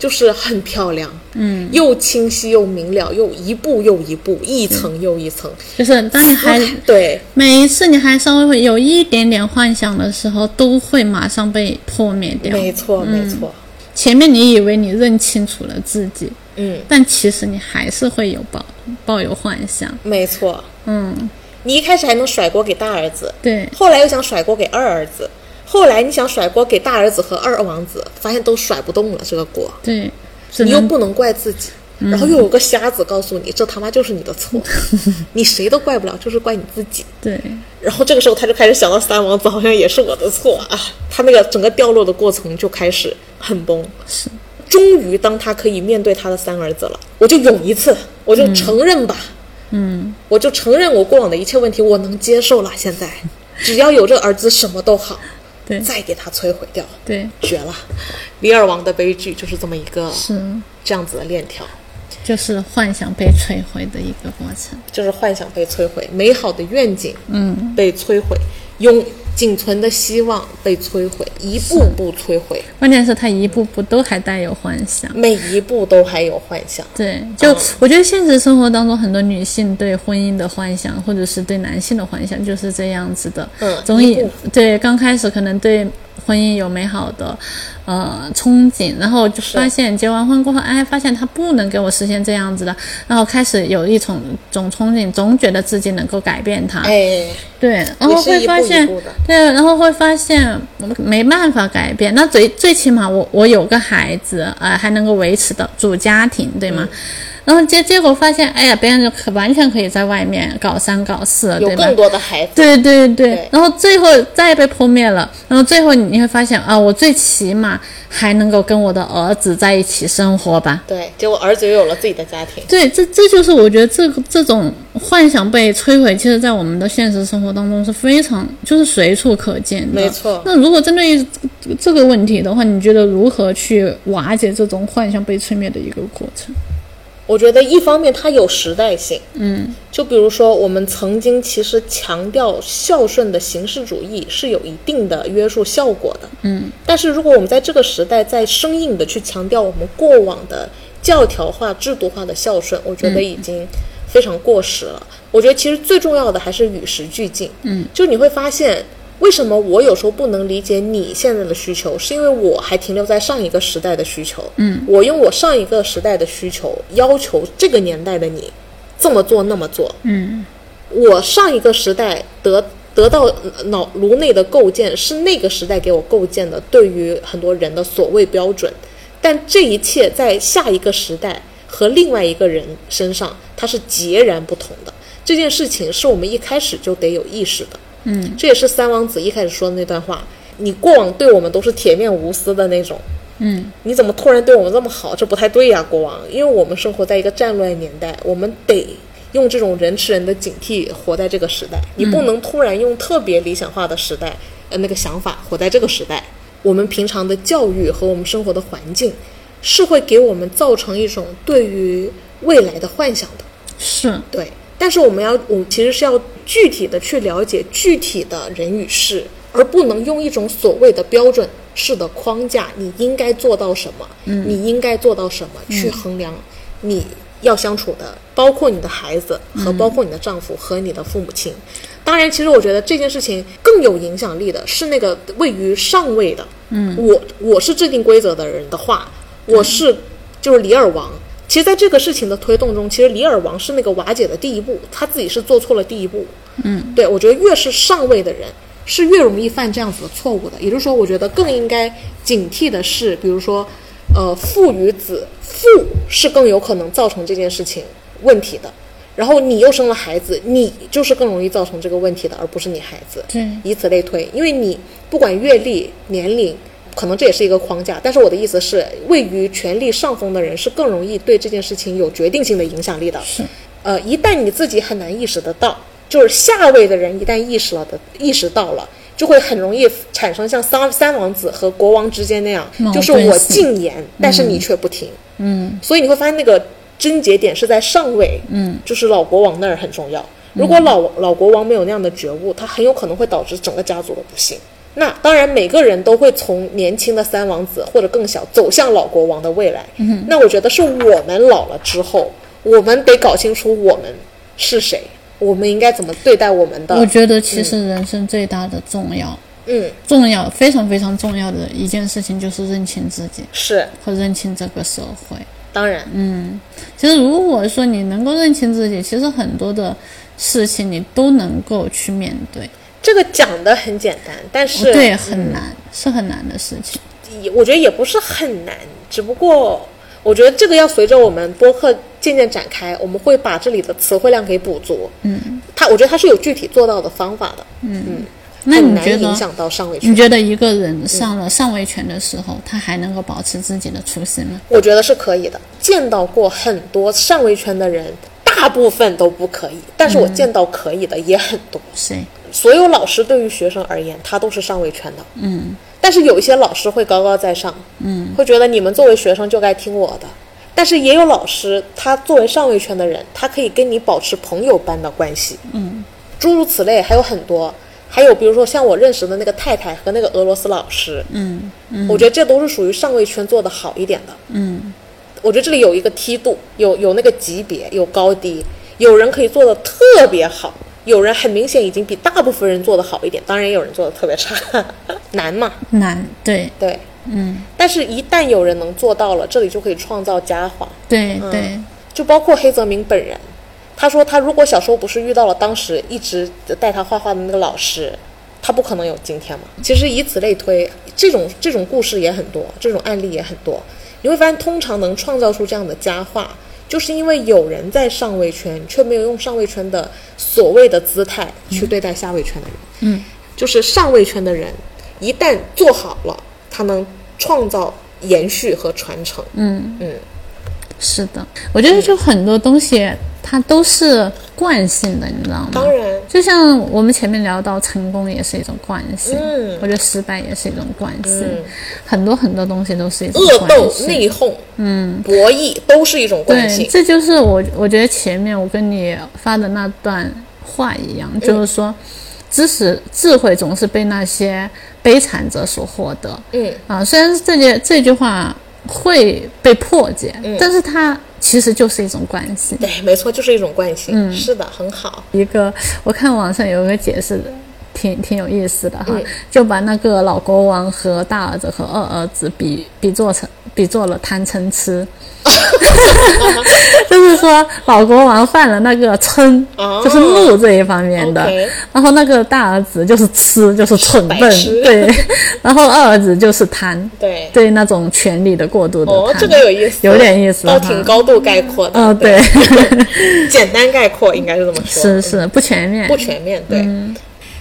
Speaker 1: 就是很漂亮，嗯，又清晰又明了，又一步又一步，一层又一层，
Speaker 2: 就是当你还
Speaker 1: 对，
Speaker 2: 每一次你还稍微会有一点点幻想的时候，都会马上被破灭掉。
Speaker 1: 没错，没错，
Speaker 2: 前面你以为你认清楚了自己，
Speaker 1: 嗯，
Speaker 2: 但其实你还是会有抱抱有幻想。
Speaker 1: 没错。
Speaker 2: 嗯，
Speaker 1: 你一开始还能甩锅给大儿子，
Speaker 2: 对，
Speaker 1: 后来又想甩锅给二儿子，后来你想甩锅给大儿子和二王子，发现都甩不动了这个锅，
Speaker 2: 对，只
Speaker 1: 你又
Speaker 2: 能嗯
Speaker 1: 不能怪自己。然后又有个瞎子告诉你，这他妈就是你的 错，你谁都怪不了，就是怪你自己。
Speaker 2: 对，
Speaker 1: 然后这个时候他就开始想到三王子好像也是我的错啊，他那个整个掉落的过程就开始很崩。
Speaker 2: 是，
Speaker 1: 终于当他可以面对他的三儿子了，我就勇一次，我就承认吧，
Speaker 2: 嗯，
Speaker 1: 我就承认我过往的一切问题，我能接受了。现在只要有这儿子，什么都好。
Speaker 2: 对
Speaker 1: 再给他摧毁掉，
Speaker 2: 对，
Speaker 1: 绝了！李尔王的悲剧就是这么一个
Speaker 2: 是，
Speaker 1: 这样子的链条，
Speaker 2: 就是幻想被摧毁的一个过程。
Speaker 1: 就是幻想被摧毁，美好的愿景，嗯，被摧毁，永仅存的希望被摧毁，一步步摧毁，
Speaker 2: 关键是他一步步都还带有幻想。
Speaker 1: 每一步都还有幻想。
Speaker 2: 对，
Speaker 1: 嗯
Speaker 2: 就我觉得现实生活当中很多女性对婚姻的幻想，或者是对男性的幻想，就是这样子的。
Speaker 1: 嗯
Speaker 2: 总
Speaker 1: 一
Speaker 2: 以
Speaker 1: 步
Speaker 2: 对刚开始可能对婚姻有美好的呃憧憬，然后就发现结完婚过后，哎，发现他不能给我实现这样子的，然后开始有一种种憧憬，总觉得自己能够改变他。
Speaker 1: 哎，
Speaker 2: 对，然后
Speaker 1: 是一
Speaker 2: 会
Speaker 1: 步
Speaker 2: 发
Speaker 1: 一
Speaker 2: 现，
Speaker 1: 步的
Speaker 2: 对，然后会发现我没办法改变。那最最起码我我有个孩子，呃，还能够维持的主家庭，对吗？
Speaker 1: 嗯
Speaker 2: 然后结结果发现，哎呀，别人就可完全可以在外面搞三搞四，
Speaker 1: 有
Speaker 2: 啊对吧？
Speaker 1: 更多的孩子，
Speaker 2: 对对对，
Speaker 1: 对
Speaker 2: 然后最后再被破灭了，然后最后你会发现啊，我最起码还能够跟我的儿子在一起生活吧。
Speaker 1: 对，结果儿子又有了自己的家庭，
Speaker 2: 对，这这就是我觉得这个这种幻想被摧毁，其实在我们的现实生活当中是非常就是随处可见的。
Speaker 1: 没错
Speaker 2: 那如果针对于这这个问题的话，你觉得如何去瓦解这种幻想被摧灭的一个过程？
Speaker 1: 我觉得一方面它有时代性，嗯，就比如说我们曾经其实强调孝顺的形式主义是有一定的约束效果的，嗯，但是如果我们在这个时代再生硬的去强调我们过往的教条化、制度化的孝顺，我觉得已经非常过时了。我觉得其实最重要的还是与时俱进，嗯，就你会发现。为什么我有时候不能理解你现在的需求？是因为我还停留在上一个时代的需求。嗯，我用我上一个时代的需求要求这个年代的你这么做那么做。嗯，我上一个时代得得到脑颅内的构建是那个时代给我构建的，对于很多人的所谓标准，但这一切在下一个时代和另外一个人身上，它是截然不同的。这件事情是我们一开始就得有意识的。这也是三王子一开始说的那段话：你过往对我们都是铁面无私的那种，嗯，你怎么突然对我们这么好？这不太对呀、国王。因为我们生活在一个战乱年代，我们得用这种人吃人的警惕活在这个时代。你不能突然用特别理想化的时代，呃，那个想法活在这个时代。我们平常的教育和我们生活的环境，是会给我们造成一种对于未来的幻想的。
Speaker 2: 是，
Speaker 1: 对，但是我们要，我们其实是要具体的去了解具体的人与事，而不能用一种所谓的标准式的框架，你应该做到什么，你应该做到什么，去衡量你要相处的，包括你的孩子和包括你的丈夫和你的父母亲。当然，其实我觉得这件事情更有影响力的是那个位于上位的，嗯，我我是制定规则的人的话，我是就是李尔王。其实，在这个事情的推动中，其实李尔王是那个瓦解的第一步，他自己是做错了第一步。嗯，对，我觉得越是上位的人，是越容易犯这样子的错误的。也就是说，我觉得更应该警惕的是，比如说，呃，父与子，父是更有可能造成这件事情问题的。然后你又生了孩子，你就是更容易造成这个问题的，而不是你孩子。
Speaker 2: 对
Speaker 1: 以此类推，因为你不管阅历、年龄，可能这也是一个框架。但是我的意思是，位于权力上风的人是更容易对这件事情有决定性的影响力的。是，呃，一旦你自己很难意识得到，就是下位的人一旦意识了的意识到了。就会很容易产生像三三王子和国王之间那样，
Speaker 2: 矛
Speaker 1: 就是
Speaker 2: 盾
Speaker 1: 我
Speaker 2: 性嗯
Speaker 1: 禁言，但是你却不听。所以你会发现那个症结点是在上位，嗯，就是老国王那
Speaker 2: 嗯
Speaker 1: 儿很重要。如果老老国王没有那样的觉悟，他很有可能会导致整个家族的不幸。那当然，每个人都会从年轻的三王子或者更小走向老国王的未来。嗯，那我觉得是我们老了之后，我们得搞清楚我们是谁，我们应该怎么对待我们
Speaker 2: 我
Speaker 1: 的。
Speaker 2: 觉得其实人生最大的重要、
Speaker 1: 嗯，
Speaker 2: 重要非常非常重要的一件事情就是认清自己
Speaker 1: 是，
Speaker 2: 和认清这个社会。
Speaker 1: 当然，
Speaker 2: 嗯其实如果说你能够认清自己，其实很多的事情你都能够去面对。
Speaker 1: 这个讲的很简单，但是
Speaker 2: 哦对，嗯很难，是很难的事情。
Speaker 1: 也我觉得也不是很难，只不过我觉得这个要随着我们播客渐渐展开，我们会把这里的词汇量给补足。嗯，它我觉得它是有具体做到的方法的，
Speaker 2: 嗯
Speaker 1: 嗯
Speaker 2: 那
Speaker 1: 很
Speaker 2: 你
Speaker 1: 难
Speaker 2: 觉
Speaker 1: 影
Speaker 2: 得？
Speaker 1: 响到上位群
Speaker 2: 你。觉得一个人上了上位权的时候，他还能够保持自己的初心吗？
Speaker 1: 我觉得是可以的。见到过很多上位圈的人，大部分都不可以，但
Speaker 2: 嗯
Speaker 1: 是我见到可以的也很多。
Speaker 2: 谁？
Speaker 1: 所有老师对于学生而言，他都是上位圈的。嗯，但是有一些老师会高高在上，嗯，会觉得你们作为学生就该听我的。但是也有老师，他作为上位圈的人，他可以跟你保持朋友般的关系。嗯，诸如此类还有很多。还有比如说像我认识的那个太太和那个俄罗斯老师，嗯，嗯我觉得这都是属于上位圈做的好一点的。我觉得这里有一个梯度，有有那个级别，有高低，有人可以做的特别好，有人很明显已经比大部分人做的好一点，当然也有人做的特别差， 难嘛，
Speaker 2: 难，对
Speaker 1: 对，嗯，但是一旦有人能做到了，这里就可以创造佳话，
Speaker 2: 对对，
Speaker 1: 就包括黑泽明本人，他说他如果小时候不是遇到了当时一直带他画画的那个老师，他不可能有今天嘛。其实以此类推，这种这种故事也很多，这种案例也很多。你会发现，通常能创造出这样的佳话，就是因为有人在上位圈，却没有用上位圈的所谓的姿态去对待下位圈的人。嗯，就是上位圈的人一旦做好了，他能创造延续和传承。
Speaker 2: 是的。我觉得就很多东西，它都是惯性的，你知道吗？
Speaker 1: 当然，
Speaker 2: 就像我们前面聊到，成功也是一种惯性，嗯、我觉得失败也是一种惯性，很多很多东西都是一种
Speaker 1: 恶
Speaker 2: 惯
Speaker 1: 斗、
Speaker 2: 性。
Speaker 1: 内讧、嗯，博弈都是一种惯
Speaker 2: 对，
Speaker 1: 性。
Speaker 2: 这就是我我觉得前面我跟你发的那段话一
Speaker 1: 嗯
Speaker 2: 样，就是说，知识智慧总是被那些悲惨者所获得。
Speaker 1: 嗯
Speaker 2: 啊，虽然这句这句话会被破解，
Speaker 1: 嗯
Speaker 2: 但是它其实就是一种惯性。
Speaker 1: 对，没错，就是一种惯性。
Speaker 2: 嗯
Speaker 1: 是的，很好。
Speaker 2: 一个，我看网上有一个解释的，挺挺有意思的
Speaker 1: 嗯
Speaker 2: 哈，就把那个老国王和大儿子和二儿子比比作成比作了贪 嗔痴，就是说老国王犯了那个嗔，
Speaker 1: 哦
Speaker 2: 就是怒这一方面的
Speaker 1: OK
Speaker 2: 然后那个大儿子就是痴，就是蠢
Speaker 1: 白
Speaker 2: 笨，
Speaker 1: 痴
Speaker 2: 对， 然后二儿子就是贪，
Speaker 1: 对
Speaker 2: 对那种权力的过度的
Speaker 1: 哦
Speaker 2: 贪，，
Speaker 1: 这个有意思，
Speaker 2: 有点意思
Speaker 1: 倒
Speaker 2: 哈，
Speaker 1: 挺高度概括的。
Speaker 2: 嗯、对，
Speaker 1: 简单概括应该是这么说。
Speaker 2: 是是不全面，嗯
Speaker 1: 不全面，对。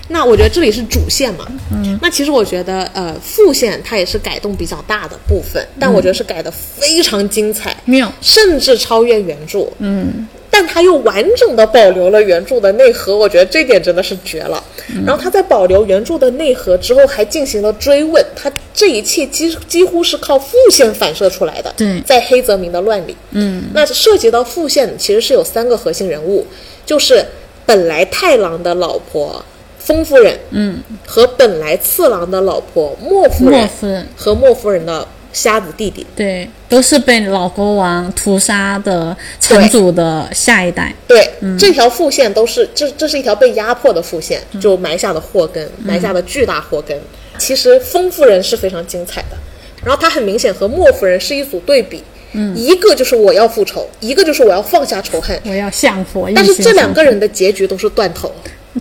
Speaker 1: 那我觉得这里是主线嘛，嗯，那其实我觉得呃副线它也是改动比较大的部分，但我觉得是改的非常精彩，
Speaker 2: 嗯妙
Speaker 1: 甚至超越原著，嗯，但它又完整的保留了原著的内核，我觉得这点真的是绝了。
Speaker 2: 嗯
Speaker 1: 然后它在保留原著的内核之后，还进行了追问，它这一切几几乎是靠副线反射出来的，
Speaker 2: 对
Speaker 1: 在黑泽明的乱里，嗯，那涉及到副线其实是有三个核心人物，就是本来太郎的老婆丰夫人，嗯，和本来次郎的老婆莫夫人，
Speaker 2: 莫夫人
Speaker 1: 和莫夫人的瞎子弟弟，
Speaker 2: 对，都是被老国王屠杀的城主的下一代。
Speaker 1: 对，
Speaker 2: 嗯
Speaker 1: 这条副线都是这这是一条被压迫的副线，
Speaker 2: 嗯
Speaker 1: 就埋下的祸根，埋下的巨大祸根。其实丰夫人是非常精彩的，然后她很明显和莫夫人是一组对比，
Speaker 2: 嗯
Speaker 1: 一个就是我要复仇，一个就是我要放下仇恨。
Speaker 2: 我要向佛一心
Speaker 1: 但
Speaker 2: 向
Speaker 1: 是
Speaker 2: 佛。
Speaker 1: 这两个人的结局都是断头，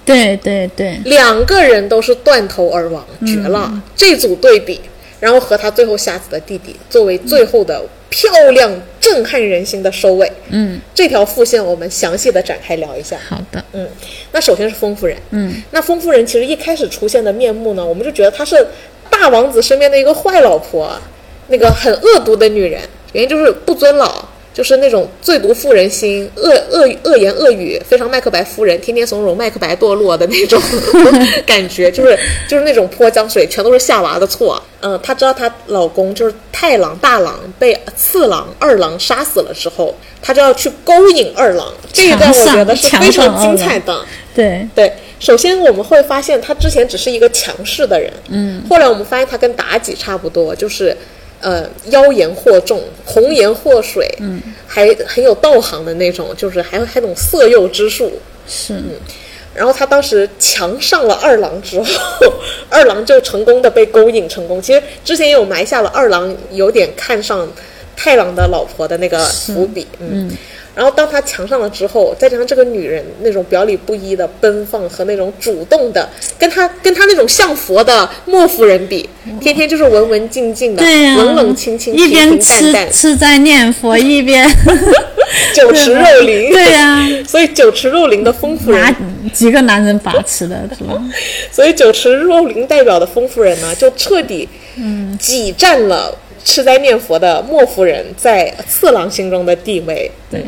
Speaker 2: 对对对，
Speaker 1: 两个人都是断头而亡，绝了！这组对比，然后和他最后瞎子的弟弟作为最后的漂亮、震撼人心的收尾。嗯，这条副线我们详细的展开聊一下。
Speaker 2: 好的，
Speaker 1: 嗯，那首先是丰夫人。嗯，那丰夫人其实一开始出现的面目呢，我们就觉得她是大王子身边的一个坏老婆，那个很恶毒的女人，原因就是不尊老。就是那种最毒妇人心、恶恶恶言恶语，非常麦克白夫人，天天怂恿麦克白堕落的那种感觉，就是就是那种泼脏水，全都是夏娃的错。嗯，她知道她老公就是太郎大郎被次郎二郎杀死了之后，啊她就要去勾引二郎，这一段我觉得是非常精彩的。
Speaker 2: 对
Speaker 1: 对，首先我们会发现他之前只是一个强势的人，嗯，后来我们发现他跟妲己差不多，就是呃妖言惑众、红颜祸水，嗯，还很有道行的那种，就是还还懂色诱之术。
Speaker 2: 是，
Speaker 1: 然后他当时强上了二郎之后， 二郎就成功的被勾引成功。其实之前也有埋下了二郎有点看上太郎的老婆的那个伏笔，嗯。然后当他强上了之后，再加上这个女人那种表里不一的奔放和那种主动的，跟他跟他那种像佛的莫夫人比，天天就是文文静静的，
Speaker 2: 对呀、
Speaker 1: 冷冷清清，
Speaker 2: 一边
Speaker 1: 平平淡
Speaker 2: 吃
Speaker 1: 淡，
Speaker 2: 吃斋念佛，一边
Speaker 1: 酒池肉林。
Speaker 2: 对呀、
Speaker 1: 所以酒池肉林的丰夫人
Speaker 2: 拿几个男人把持的，主要
Speaker 1: 所以酒池肉林代表的丰夫人呢，就彻底嗯挤占了吃斋念佛的莫夫人在次郎心中的地位。
Speaker 2: 对，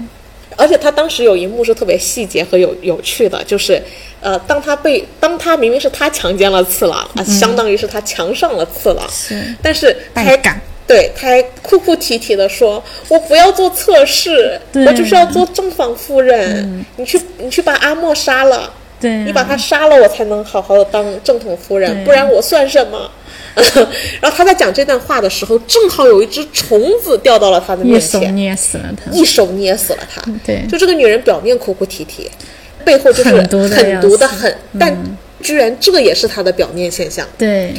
Speaker 1: 而且他当时有一幕是特别细节和有有趣的，就是，呃，当他被当他明明是他强奸了次郎，啊、相当于是他强上了次郎，
Speaker 2: 嗯是
Speaker 1: 但是他
Speaker 2: 败感
Speaker 1: 还对，他还哭哭啼啼的说：“我不要做测试，
Speaker 2: 对嗯
Speaker 1: 我就是要做正房夫人。你去，你去把阿莫杀了，
Speaker 2: 对啊
Speaker 1: 你把他杀了，我才能好好的当正统夫人，
Speaker 2: 对
Speaker 1: 不然我算什么？” 然后他在讲这段话的时候，正好有一只虫子掉到了他的面
Speaker 2: 一手
Speaker 1: 前，
Speaker 2: 捏死了他。
Speaker 1: 一手捏死了他。
Speaker 2: 对
Speaker 1: 就这个女人表面哭哭啼啼，背后就是
Speaker 2: 狠毒的
Speaker 1: 狠毒的
Speaker 2: 样子嗯
Speaker 1: 很，但居然这也是她的表面现象。
Speaker 2: 对，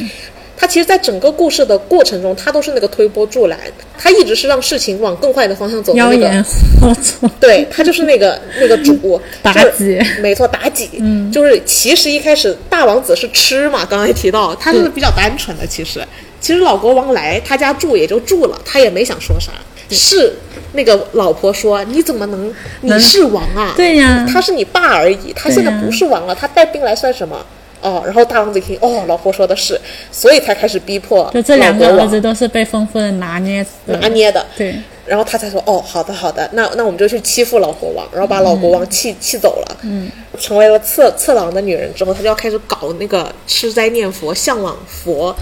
Speaker 1: 她其实，在整个故事的过程中，她都是那个推波助澜，她一直是让事情往更坏的方向走的
Speaker 2: 妖
Speaker 1: 那
Speaker 2: 言
Speaker 1: 个。
Speaker 2: 惑众。
Speaker 1: 对她就是那 个那个主
Speaker 2: 妲
Speaker 1: 就是
Speaker 2: 己
Speaker 1: 没错，妲己，嗯，就是其实一开始大王子是吃嘛，刚才提到他就是比较单纯的，其实其实老国王来他家住也就住了，他也没想说啥，是那个老婆说你怎么能你是王啊？
Speaker 2: 对呀
Speaker 1: 他是你爸而已，他现在
Speaker 2: 对呀
Speaker 1: 不是王了，啊他带兵来算什么？哦，然后大王子一听，哦，老婆说的是，所以才开始逼迫
Speaker 2: 就这两
Speaker 1: 老国
Speaker 2: 个儿
Speaker 1: 王
Speaker 2: 子都是被丰夫人拿捏的
Speaker 1: 拿捏的，
Speaker 2: 嗯对，
Speaker 1: 然后他才说哦，好的好的，那那我们就去欺负老国王，然后把老国王气、气走了，嗯，成为了次次郎的女人之后，他就要开始搞那个吃斋念佛、向往佛、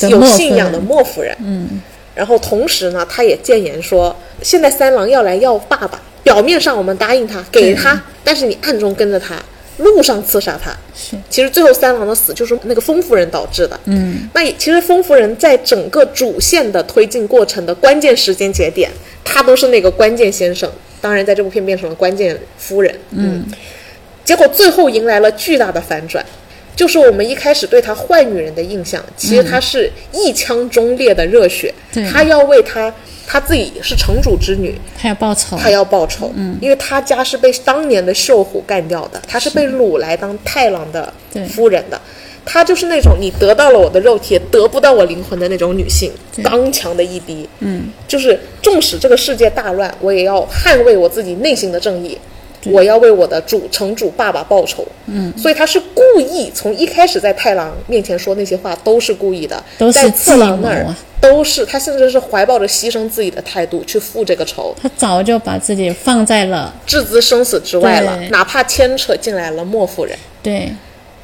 Speaker 2: 的
Speaker 1: 有
Speaker 2: 莫夫
Speaker 1: 信仰的
Speaker 2: 人
Speaker 1: 莫夫人，嗯，然后同时呢，他也谏言说，现在三郎要来要爸爸，表面上我们答应他给
Speaker 2: 嗯
Speaker 1: 他，但是你暗中跟着他，路上刺杀他，
Speaker 2: 是
Speaker 1: 其实最后三郎的死就是那个丰夫人导致的。
Speaker 2: 嗯，
Speaker 1: 那也其实丰夫人在整个主线的推进过程的关键时间节点，她都是那个关键先生，当然在这部片变成了关键夫人。嗯，结果最后迎来了巨大的反转。就是我们一开始对她坏女人的印象，其实她是一腔忠烈的热血，
Speaker 2: 对
Speaker 1: 她要为她她自己是城主之女，
Speaker 2: 他要报仇。
Speaker 1: 他要报仇，嗯，因为他家是被当年的秀虎干掉的，他是被掳来当太郎的
Speaker 2: 对
Speaker 1: 夫人的，她就是那种你得到了我的肉体，也得不到我灵魂的那种女性，刚强的一逼，嗯，就是纵使这个世界大乱，我也要捍卫我自己内心的正义。我要为我的主城主爸爸报仇，嗯，所以他是故意从一开始在太郎面前说那些话都是故意的，
Speaker 2: 都是
Speaker 1: 在次郎
Speaker 2: 计
Speaker 1: 那
Speaker 2: 谋
Speaker 1: 儿
Speaker 2: 啊
Speaker 1: 都是他甚至是怀抱着牺牲自己的态度去复这个仇，
Speaker 2: 他早就把自己放在了
Speaker 1: 置之生死之外了，
Speaker 2: 对
Speaker 1: 哪怕牵扯进来了莫夫人，
Speaker 2: 对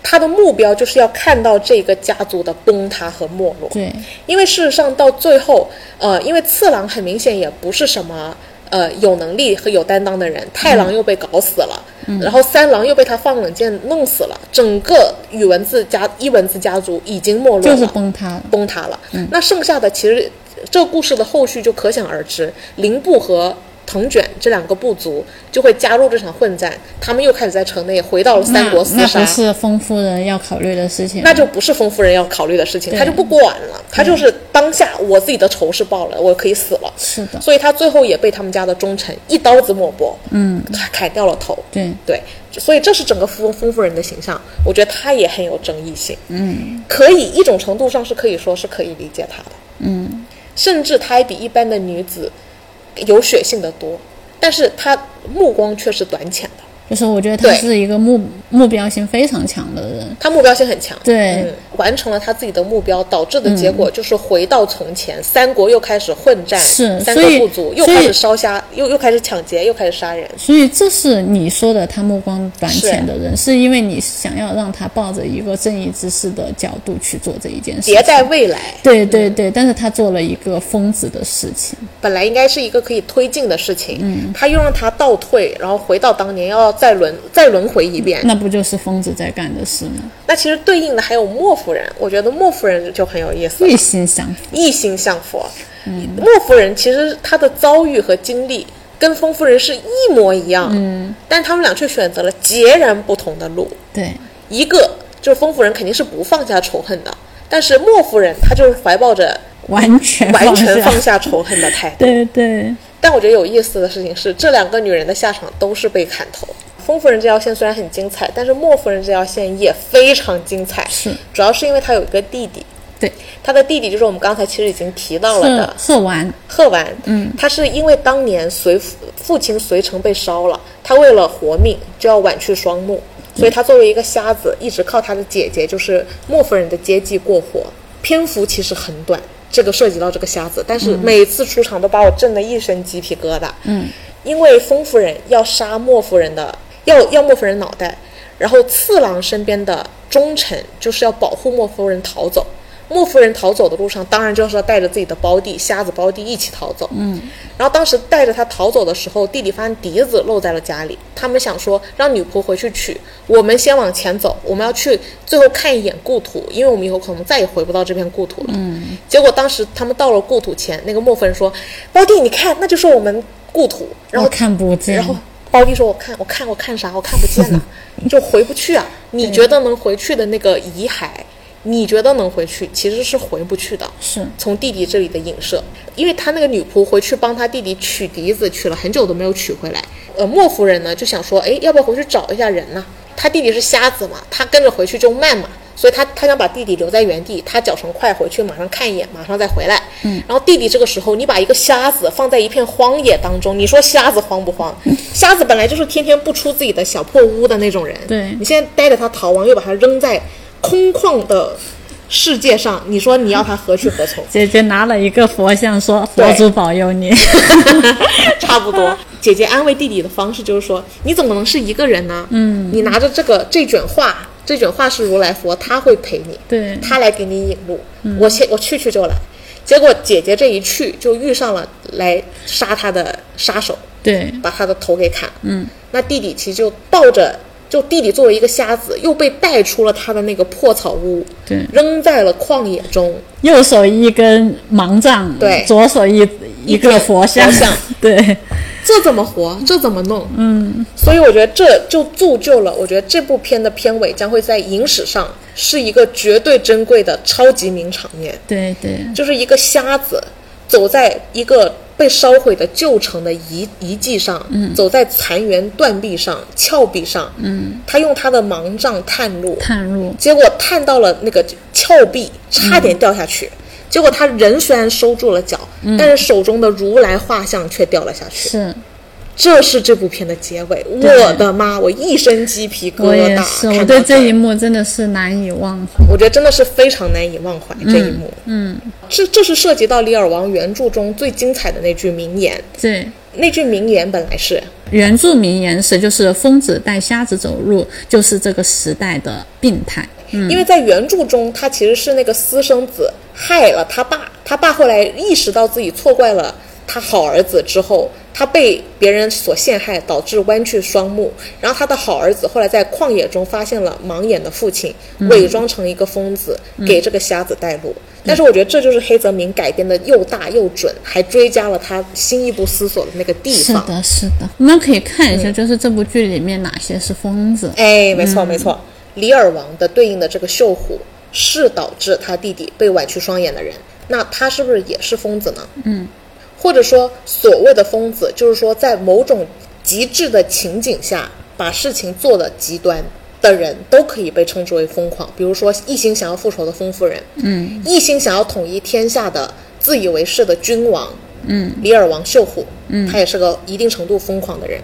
Speaker 1: 他的目标就是要看到这个家族的崩塌和没落。
Speaker 2: 对
Speaker 1: 因为事实上到最后，呃，因为次郎很明显也不是什么呃有能力和有担当的人，太郎又被搞死了，
Speaker 2: 嗯
Speaker 1: 然后三郎又被他放冷箭弄死了，整个宇文字家伊文字家族已经没落了，
Speaker 2: 就是崩塌了
Speaker 1: 崩塌了。
Speaker 2: 嗯
Speaker 1: 那剩下的其实这个故事的后续就可想而知，林部和。藤卷这两个部族就会加入这场混战，他们又开始在城内回到了三国厮
Speaker 2: 那
Speaker 1: 杀。
Speaker 2: 那不是丰夫人要考虑的事情。
Speaker 1: 那就不是丰夫人要考虑的事情，
Speaker 2: 对嗯
Speaker 1: 他就不管了，他就是当下我自己的仇是报了，我可以死了，
Speaker 2: 是的，
Speaker 1: 所以他最后也被他们家的忠臣一刀子抹脖，嗯，砍掉了头，
Speaker 2: 对
Speaker 1: 对，所以这是整个丰丰夫人的形象，我觉得她也很有争议性，嗯，可以一种程度上是可以说是可以理解她的，嗯，甚至她还比一般的女子有血性的多，但是她目光却是短浅的，
Speaker 2: 就是我觉得他
Speaker 1: 对
Speaker 2: 是一个目目标性非常强的人。
Speaker 1: 她目标性很强，
Speaker 2: 对，嗯
Speaker 1: 嗯完成了他自己的目标，导致的结果就是回到从前，三国又开始混战，
Speaker 2: 是
Speaker 1: 三个
Speaker 2: 所以
Speaker 1: 部族又
Speaker 2: 所以
Speaker 1: 开始烧杀，又又开始抢劫，又开始杀人。
Speaker 2: 所以这是你说的他目光短浅的人，是因为你想要让他抱着一个正义之士的角度去做这一件事情。
Speaker 1: 迭代未来
Speaker 2: 对对对，但是他做了一个疯子的事情。
Speaker 1: 本来应该是一个可以推进的事情，他又让他倒退，然后回到当年，要再轮再轮回一遍。
Speaker 2: 那不就是疯子在干的事吗？
Speaker 1: 那其实对应的还有莫夫人，我觉得莫夫人就很有意思了
Speaker 2: 一心想
Speaker 1: 一心向佛。莫夫人其实她的遭遇和经历跟丰夫人是一模一样，嗯，但他们俩却选择了截然不同的路。
Speaker 2: 对，
Speaker 1: 一个就是丰夫人肯定是不放下仇恨的，但是莫夫人她就是怀抱着
Speaker 2: 完全
Speaker 1: 完
Speaker 2: 放
Speaker 1: 全
Speaker 2: 下。
Speaker 1: 放下仇恨的态度。
Speaker 2: 对对，
Speaker 1: 但我觉得有意思的事情是，这两个女人的下场都是被砍头。丰夫人这条线虽然很精彩，但是莫夫人这条线也非常精彩，
Speaker 2: 是
Speaker 1: 主要是因为她有一个弟弟，
Speaker 2: 对，
Speaker 1: 她的弟弟就是我们刚才其实已经提到了
Speaker 2: 贺
Speaker 1: 的
Speaker 2: 贺完
Speaker 1: 贺完，嗯，他是因为当年随父父亲随城被烧了，他为了活命就要婉去双目，所以他作为一个瞎子，一直靠他的姐姐，就是莫夫人的接济过活。篇幅其实很短，这个涉及到这个瞎子，但是每次出场都把我震得一身鸡皮疙瘩。嗯，因为丰夫人要杀莫夫人的，要要莫夫人脑袋，然后次郎身边的忠臣就是要保护莫夫人逃走。莫夫人逃走的路上，当然就是要带着自己的胞弟瞎子胞弟一起逃走。嗯，然后当时带着他逃走的时候，弟弟发现笛子漏在了家里，他们想说让女仆回去取，我们先往前走，我们要去最后看一眼故土，因为我们以后可能再也回不到这片故土了。嗯，结果当时他们到了故土前，那个莫夫人说：“胞弟，你看，那就是我们故土。”然后
Speaker 2: 我看不见，
Speaker 1: 然后包弟说：“我看，我看，我看啥？我看不见呐，就回不去啊！你觉得能回去的那个遗骸，你觉得能回去，其实是回不去的。
Speaker 2: 是
Speaker 1: 从弟弟这里的影射，因为他那个女仆回去帮他弟弟取笛子，取了很久都没有取回来。呃，莫夫人呢就想说，哎，要不要回去找一下人呢？他弟弟是瞎子嘛，他跟着回去就慢嘛，所以他他想把弟弟留在原地，他脚程快，回去马上看一眼，马上再回来。嗯，然后弟弟这个时候，你把一个瞎子放在一片荒野当中，你说瞎子慌不慌？瞎子本来就是天天不出自己的小破屋的那种人，
Speaker 2: 对
Speaker 1: 你现在带着他逃亡，又把他扔在空旷的世界上，你说你要他何去何从？
Speaker 2: 姐姐拿了一个佛像说：“
Speaker 1: 对
Speaker 2: 佛祖保 佑你。
Speaker 1: 差不多。姐姐安慰弟弟的方式就是说，你怎么能是一个人呢？嗯，你拿着这个这卷画，这卷画是如来佛，他会陪你，
Speaker 2: 对
Speaker 1: 他来给你引路。我去，我去去就来。结果姐姐这一去，就遇上了来杀他的杀手，
Speaker 2: 对
Speaker 1: 把他的头给砍。嗯，那弟弟其实就抱着，就弟弟作为一个瞎子，又被带出了他的那个破草屋，
Speaker 2: 对
Speaker 1: 扔在了旷野中。
Speaker 2: 右手一根盲杖，
Speaker 1: 对
Speaker 2: 左手一一个佛像，
Speaker 1: 佛像
Speaker 2: 对，
Speaker 1: 这怎么活？这怎么弄？嗯，所以我觉得这就铸就了，我觉得这部片的片尾将会在影史上是一个绝对珍贵的超级名场面，
Speaker 2: 对对
Speaker 1: 就是一个瞎子走在一个被烧毁的旧城的遗遗迹上，嗯，走在残垣断壁上、峭壁上，嗯，他用他的盲杖探路，
Speaker 2: 探路，
Speaker 1: 结果探到了那个峭壁，差点掉下去。结果他人虽然收住了脚，但是手中的如来画像却掉了下去。
Speaker 2: 是
Speaker 1: 这是这部片的结尾，我的妈！我一身鸡皮疙瘩。
Speaker 2: 我也是，
Speaker 1: 看
Speaker 2: 我
Speaker 1: 到
Speaker 2: 对这一幕真的是难以忘怀。
Speaker 1: 我觉得真的是非常难以忘怀、这一幕。嗯，这这是涉及到《李尔王》原著中最精彩的那句名言。
Speaker 2: 对，
Speaker 1: 那句名言本来是
Speaker 2: 原著名言是就是疯子带瞎子走路，就是这个时代的病态。
Speaker 1: 因为在原著中，他其实是那个私生子害了他爸，他爸后来意识到自己错怪了他好儿子之后，他被别人所陷害，导致弯曲双目。然后他的好儿子后来在旷野中发现了盲眼的父亲，
Speaker 2: 嗯
Speaker 1: 伪装成一个疯子，给这个瞎子带路。但是我觉得这就是黑泽明改编的又大又准，还追加了他新一步思索的那个地
Speaker 2: 是
Speaker 1: 方。
Speaker 2: 的，是的，我们可以看一下，就是这部剧里面哪些是疯子。
Speaker 1: 哎，没错、没错，李尔王的对应的这个秀虎是导致他弟弟被剜去双眼的人，那他是不是也是疯子呢？嗯，或者说所谓的疯子，就是说在某种极致的情景下，把事情做的极端。的人都可以被称之为疯狂，比如说一心想要复仇的丰夫人，嗯，一心想要统一天下的自以为是的君王，嗯，李尔王秀虎，嗯，他也是个一定程度疯狂的人，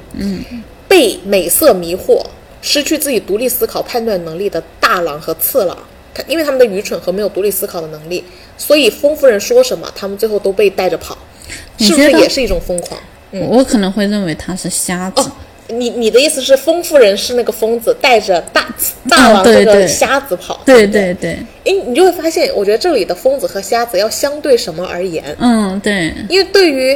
Speaker 1: 被美色迷惑，失去自己独立思考判断能力的大郎和次郎，他因为他们的愚蠢和没有独立思考的能力，所以疯夫人说什么，他们最后都被带着跑，
Speaker 2: 你
Speaker 1: 是不是
Speaker 2: 觉得
Speaker 1: 也是一种疯狂？
Speaker 2: 我可能会认为他是瞎子。
Speaker 1: 哦，你你的意思是疯夫人是那个疯子带着大大王
Speaker 2: 嗯对
Speaker 1: 这个
Speaker 2: 对
Speaker 1: 瞎子跑？
Speaker 2: 对
Speaker 1: 不
Speaker 2: 对对，
Speaker 1: 哎，你就会发现，我觉得这里的疯子和瞎子要相对什么而言，
Speaker 2: 嗯对，
Speaker 1: 因为对于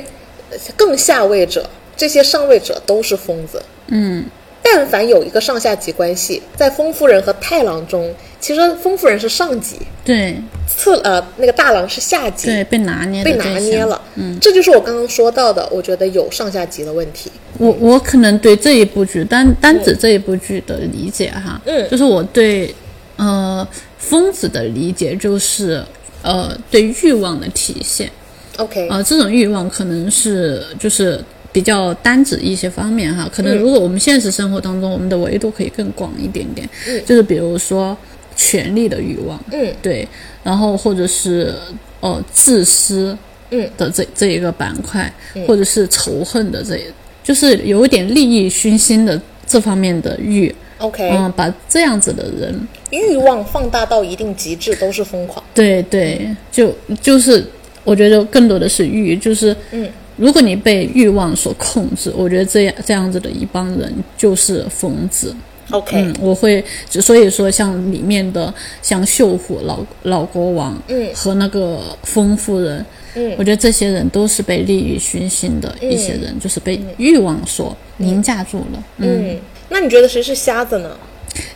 Speaker 1: 呃更下位者，这些上位者都是疯子。嗯，但凡有一个上下级关系，在疯夫人和太郎中，其实疯夫人是上级，
Speaker 2: 对
Speaker 1: 次呃那个大郎是下级，
Speaker 2: 对，被拿捏的
Speaker 1: 被
Speaker 2: 对
Speaker 1: 拿
Speaker 2: 象
Speaker 1: 捏了。嗯，这就是我刚刚说到的，我觉得有上下级的问题。
Speaker 2: 我我可能对这一部剧单单指这一部剧的理解哈，
Speaker 1: 嗯
Speaker 2: 就是我对呃疯子的理解就是呃对欲望的体现，
Speaker 1: OK，、
Speaker 2: 呃这种欲望可能是就是比较单指一些方面哈，
Speaker 1: 嗯
Speaker 2: 可能如果我们现实生活当中，我们的维度可以更广一点点，就是比如说权力的欲望，
Speaker 1: 嗯，
Speaker 2: 对，然后或者是呃自私，
Speaker 1: 嗯
Speaker 2: 的这这一个板块，或者是仇恨的这，就是有一点利益熏心的这方面的欲，
Speaker 1: OK，、
Speaker 2: 嗯，把这样子的人，
Speaker 1: 欲望放大到一定极致都是疯狂。
Speaker 2: 对对，就就是我觉得更多的是欲，就是
Speaker 1: 嗯，
Speaker 2: 如果你被欲望所控制，我觉得这样这样子的一帮人就是疯子，
Speaker 1: OK，、
Speaker 2: 嗯，我会，就所以说像里面的像秀虎老老国王，
Speaker 1: 嗯
Speaker 2: 和那个丰夫人，
Speaker 1: 嗯
Speaker 2: 我觉得这些人都是被利欲熏心的一些人，就是被欲望所凌驾住了。嗯，
Speaker 1: 嗯，那你觉得谁是瞎子呢？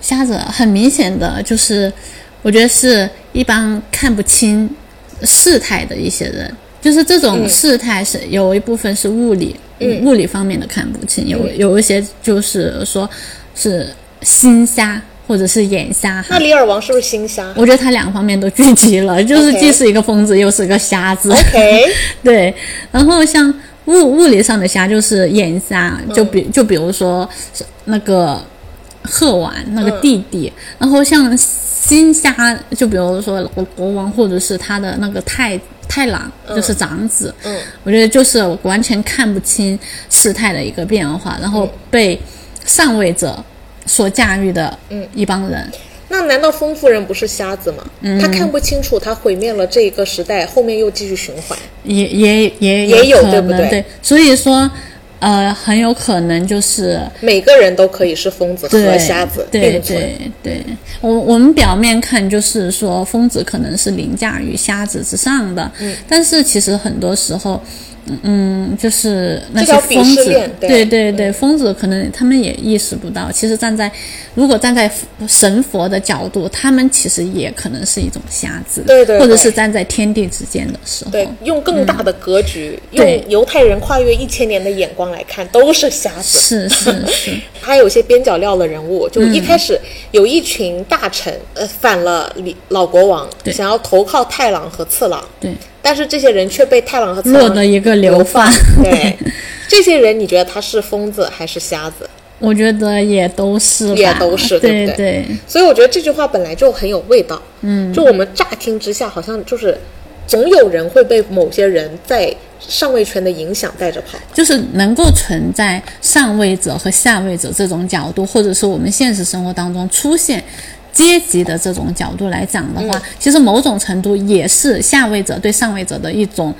Speaker 2: 瞎子很明显的就是，我觉得是一般看不清事态的一些人，就是这种事态是有一部分是物理，物理方面的看不清，有有一些就是说是心瞎或者是眼瞎哈
Speaker 1: 那。李尔王是不是心瞎
Speaker 2: 我觉得他两方面都聚集了， 就是
Speaker 1: OK
Speaker 2: 既是一个疯子，又是个瞎子。
Speaker 1: ？OK，
Speaker 2: 对，然后像物物理上的瞎就是眼瞎，就
Speaker 1: 嗯
Speaker 2: 比、就比如说是那个贺婉那
Speaker 1: 嗯
Speaker 2: 个弟弟，然后像心瞎，就比如说我国王或者是他的那个太太郎，就是长子，
Speaker 1: 嗯
Speaker 2: 我觉得就是我完全看不清事态的一个变化，然
Speaker 1: 嗯
Speaker 2: 后被上位者所驾驭的
Speaker 1: 嗯
Speaker 2: 一帮人。
Speaker 1: 那难道疯夫人不是瞎子吗？
Speaker 2: 嗯
Speaker 1: 他看不清楚，他毁灭了这一个时代，后面又继续循环。
Speaker 2: 也也也
Speaker 1: 也有
Speaker 2: 可能
Speaker 1: 对不对
Speaker 2: 所以说，呃，很有可能就是
Speaker 1: 每个人都可以是疯子和
Speaker 2: 对
Speaker 1: 瞎子
Speaker 2: 对
Speaker 1: 并存。
Speaker 2: 对对，我我们表面看就是说疯子可能是凌驾于瞎子之上的，
Speaker 1: 嗯
Speaker 2: 但是其实很多时候。嗯嗯，就是那
Speaker 1: 这
Speaker 2: 些
Speaker 1: 叫鄙
Speaker 2: 疯
Speaker 1: 视
Speaker 2: 子
Speaker 1: 链，对
Speaker 2: 对对对，疯子可能他们也意识不到，其实站在如果站在神佛的角度，他们其实也可能是一种瞎子，
Speaker 1: 对对
Speaker 2: 或者
Speaker 1: 对
Speaker 2: 是站在天地之间的时候，
Speaker 1: 对，用更大的格局，
Speaker 2: 对
Speaker 1: 用犹太人跨越一千年的眼光来看，都是瞎子。
Speaker 2: 是是是，
Speaker 1: 还有一些边角料的人物，就一开始有一群大臣，呃，反了李老国王，
Speaker 2: 对
Speaker 1: 想要投靠太郎和次郎，
Speaker 2: 对，
Speaker 1: 但是这些人却被太郎和次郎
Speaker 2: 落得一个流放。
Speaker 1: 对，这些人你觉得他是疯子还是瞎子？
Speaker 2: 我觉得也都是吧，
Speaker 1: 也都是对
Speaker 2: 对
Speaker 1: 不对所以我觉得这句话本来就很有味道。嗯，就我们乍听之下，好像就是总有人会被某些人在上位圈的影响带着跑。
Speaker 2: 就是能够存在上位者和下位者这种角度，或者是我们现实生活当中出现。阶级的这种角度来讲的
Speaker 1: 嗯
Speaker 2: 话，其实某种程度也是下位者对上位者的一种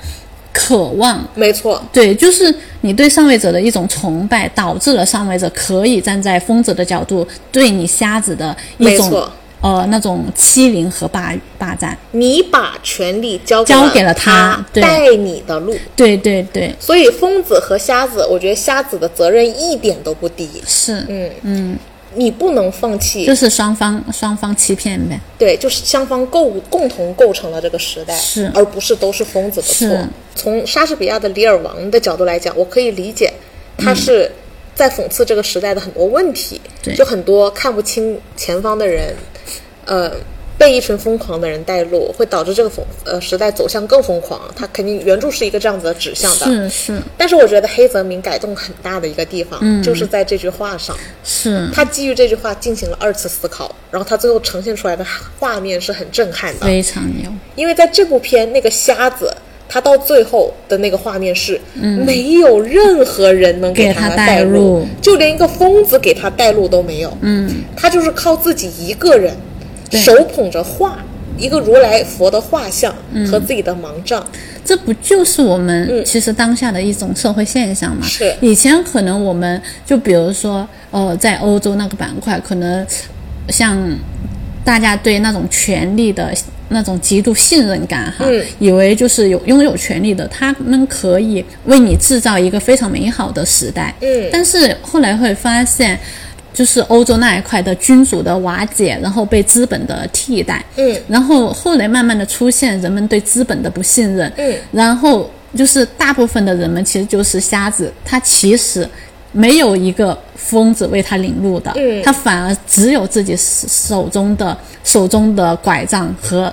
Speaker 2: 渴望，
Speaker 1: 没错，
Speaker 2: 对，就是你对上位者的一种崇拜，导致了上位者可以站在疯子的角度对你瞎子的一
Speaker 1: 没
Speaker 2: 种
Speaker 1: 错
Speaker 2: 呃那种欺凌和霸霸占。
Speaker 1: 你把权力交给
Speaker 2: 交给了他
Speaker 1: 他
Speaker 2: 对
Speaker 1: 带你的路。
Speaker 2: 对对对，
Speaker 1: 所以疯子和瞎子，我觉得瞎子的责任一点都不低。
Speaker 2: 是，
Speaker 1: 嗯嗯，你不能放弃，
Speaker 2: 就是双方双方欺骗呗。
Speaker 1: 对，就是双方构共同构成了这个时代，
Speaker 2: 是
Speaker 1: 而不是都是疯子的错
Speaker 2: 是。
Speaker 1: 从莎士比亚的《李尔王》的角度来讲，我可以理解他是在讽刺这个时代的很多问题，
Speaker 2: 嗯对
Speaker 1: 就很多看不清前方的人，呃。被一群疯狂的人带路，会导致这个疯呃时代走向更疯狂。他肯定原著是一个这样子的指向的，
Speaker 2: 是是
Speaker 1: 但是我觉得黑泽明改动很大的一个地方，
Speaker 2: 嗯
Speaker 1: 就是在这句话上，
Speaker 2: 是，
Speaker 1: 他基于这句话进行了二次思考，然后他最后呈现出来的画面是很震撼的。
Speaker 2: 非常牛。
Speaker 1: 因为在这部片，那个瞎子他到最后的那个画面是，没有任何人能
Speaker 2: 给
Speaker 1: 他
Speaker 2: 他
Speaker 1: 带
Speaker 2: 带
Speaker 1: 路
Speaker 2: 路，
Speaker 1: 就连一个疯子给他带路都没有。嗯，他就是靠自己一个人
Speaker 2: 对
Speaker 1: 手捧着画，一个如来佛的画像
Speaker 2: 嗯
Speaker 1: 和自己的盲杖，
Speaker 2: 这不就是我们其实当下的一种社会现象嘛？
Speaker 1: 嗯是
Speaker 2: 以前可能我们就比如说，呃，在欧洲那个板块，可能像大家对那种权力的那种极度信任感哈，
Speaker 1: 嗯
Speaker 2: 以为就是有拥有权力的，他们可以为你制造一个非常美好的时代。
Speaker 1: 嗯
Speaker 2: 但是后来会发现。就是欧洲那一块的君主的瓦解，然后被资本的替代，
Speaker 1: 嗯
Speaker 2: 然后后来慢慢的出现人们对资本的不信任，
Speaker 1: 嗯
Speaker 2: 然后就是大部分的人们其实就是瞎子，他其实没有一个疯子为他领路的，
Speaker 1: 嗯
Speaker 2: 他反而只有自己手中的手中的拐杖和。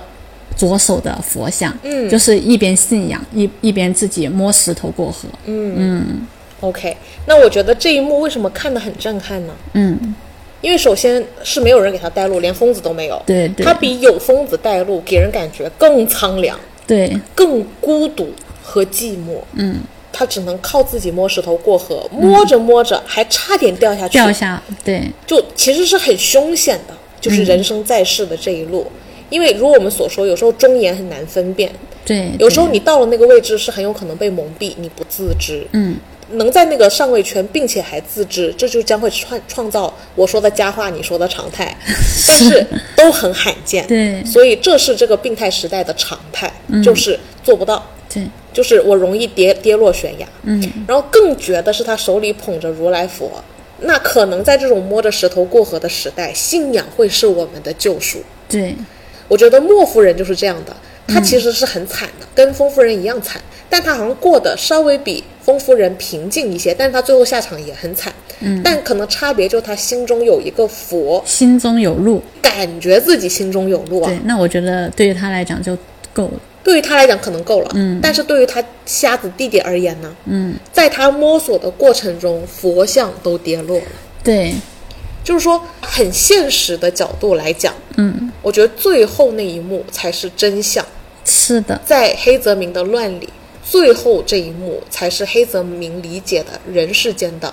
Speaker 2: 左手的佛像，嗯，就是一边信仰一一边自己摸石头过河，
Speaker 1: 嗯 OK，那我觉得这一幕为什么看得很震撼呢？嗯，因为首先是没有人给他带路，连疯子都没有。
Speaker 2: 对对
Speaker 1: 他比有疯子带路给人感觉更苍凉、
Speaker 2: 对，
Speaker 1: 更孤独和寂寞。嗯，他只能靠自己摸石头过河，摸着摸着还差点掉下去，
Speaker 2: 掉下，对，
Speaker 1: 就其实是很凶险的，就是人生在世的这一路。因为如我们所说，有时候忠言很难分辨，
Speaker 2: 对，
Speaker 1: 有时候你到了那个位置是很有可能被蒙蔽，你不自知。嗯，能在那个上位圈，并且还自知，这就将会创创造我说的佳话，你说的常态，但是都很罕见。
Speaker 2: 对
Speaker 1: 所以这是这个病态时代的常态，就是做不到。
Speaker 2: 对对
Speaker 1: 就是我容易跌跌落悬崖，嗯，然后更觉得是他手里捧着如来佛，那可能在这种摸着石头过河的时代，信仰会是我们的救赎。
Speaker 2: 对
Speaker 1: 我觉得莫夫人就是这样的，她其实是很惨的，跟丰夫人一样惨，但她好像过得稍微比丰夫人平静一些，但是她最后下场也很惨。嗯，但可能差别就她心中有一个佛，
Speaker 2: 心中有路，
Speaker 1: 感觉自己心中有路啊
Speaker 2: 对。，那我觉得对于他来讲就够了，
Speaker 1: 对于她来讲可能够了，嗯，但是对于她瞎子弟弟而言呢，嗯，在她摸索的过程中，佛像都跌落了。
Speaker 2: 对，
Speaker 1: 就是说，很现实的角度来讲，嗯，我觉得最后那一幕才是真相。
Speaker 2: 是的，
Speaker 1: 在黑泽明的《乱》里，最后这一幕才是黑泽明理解的人世间的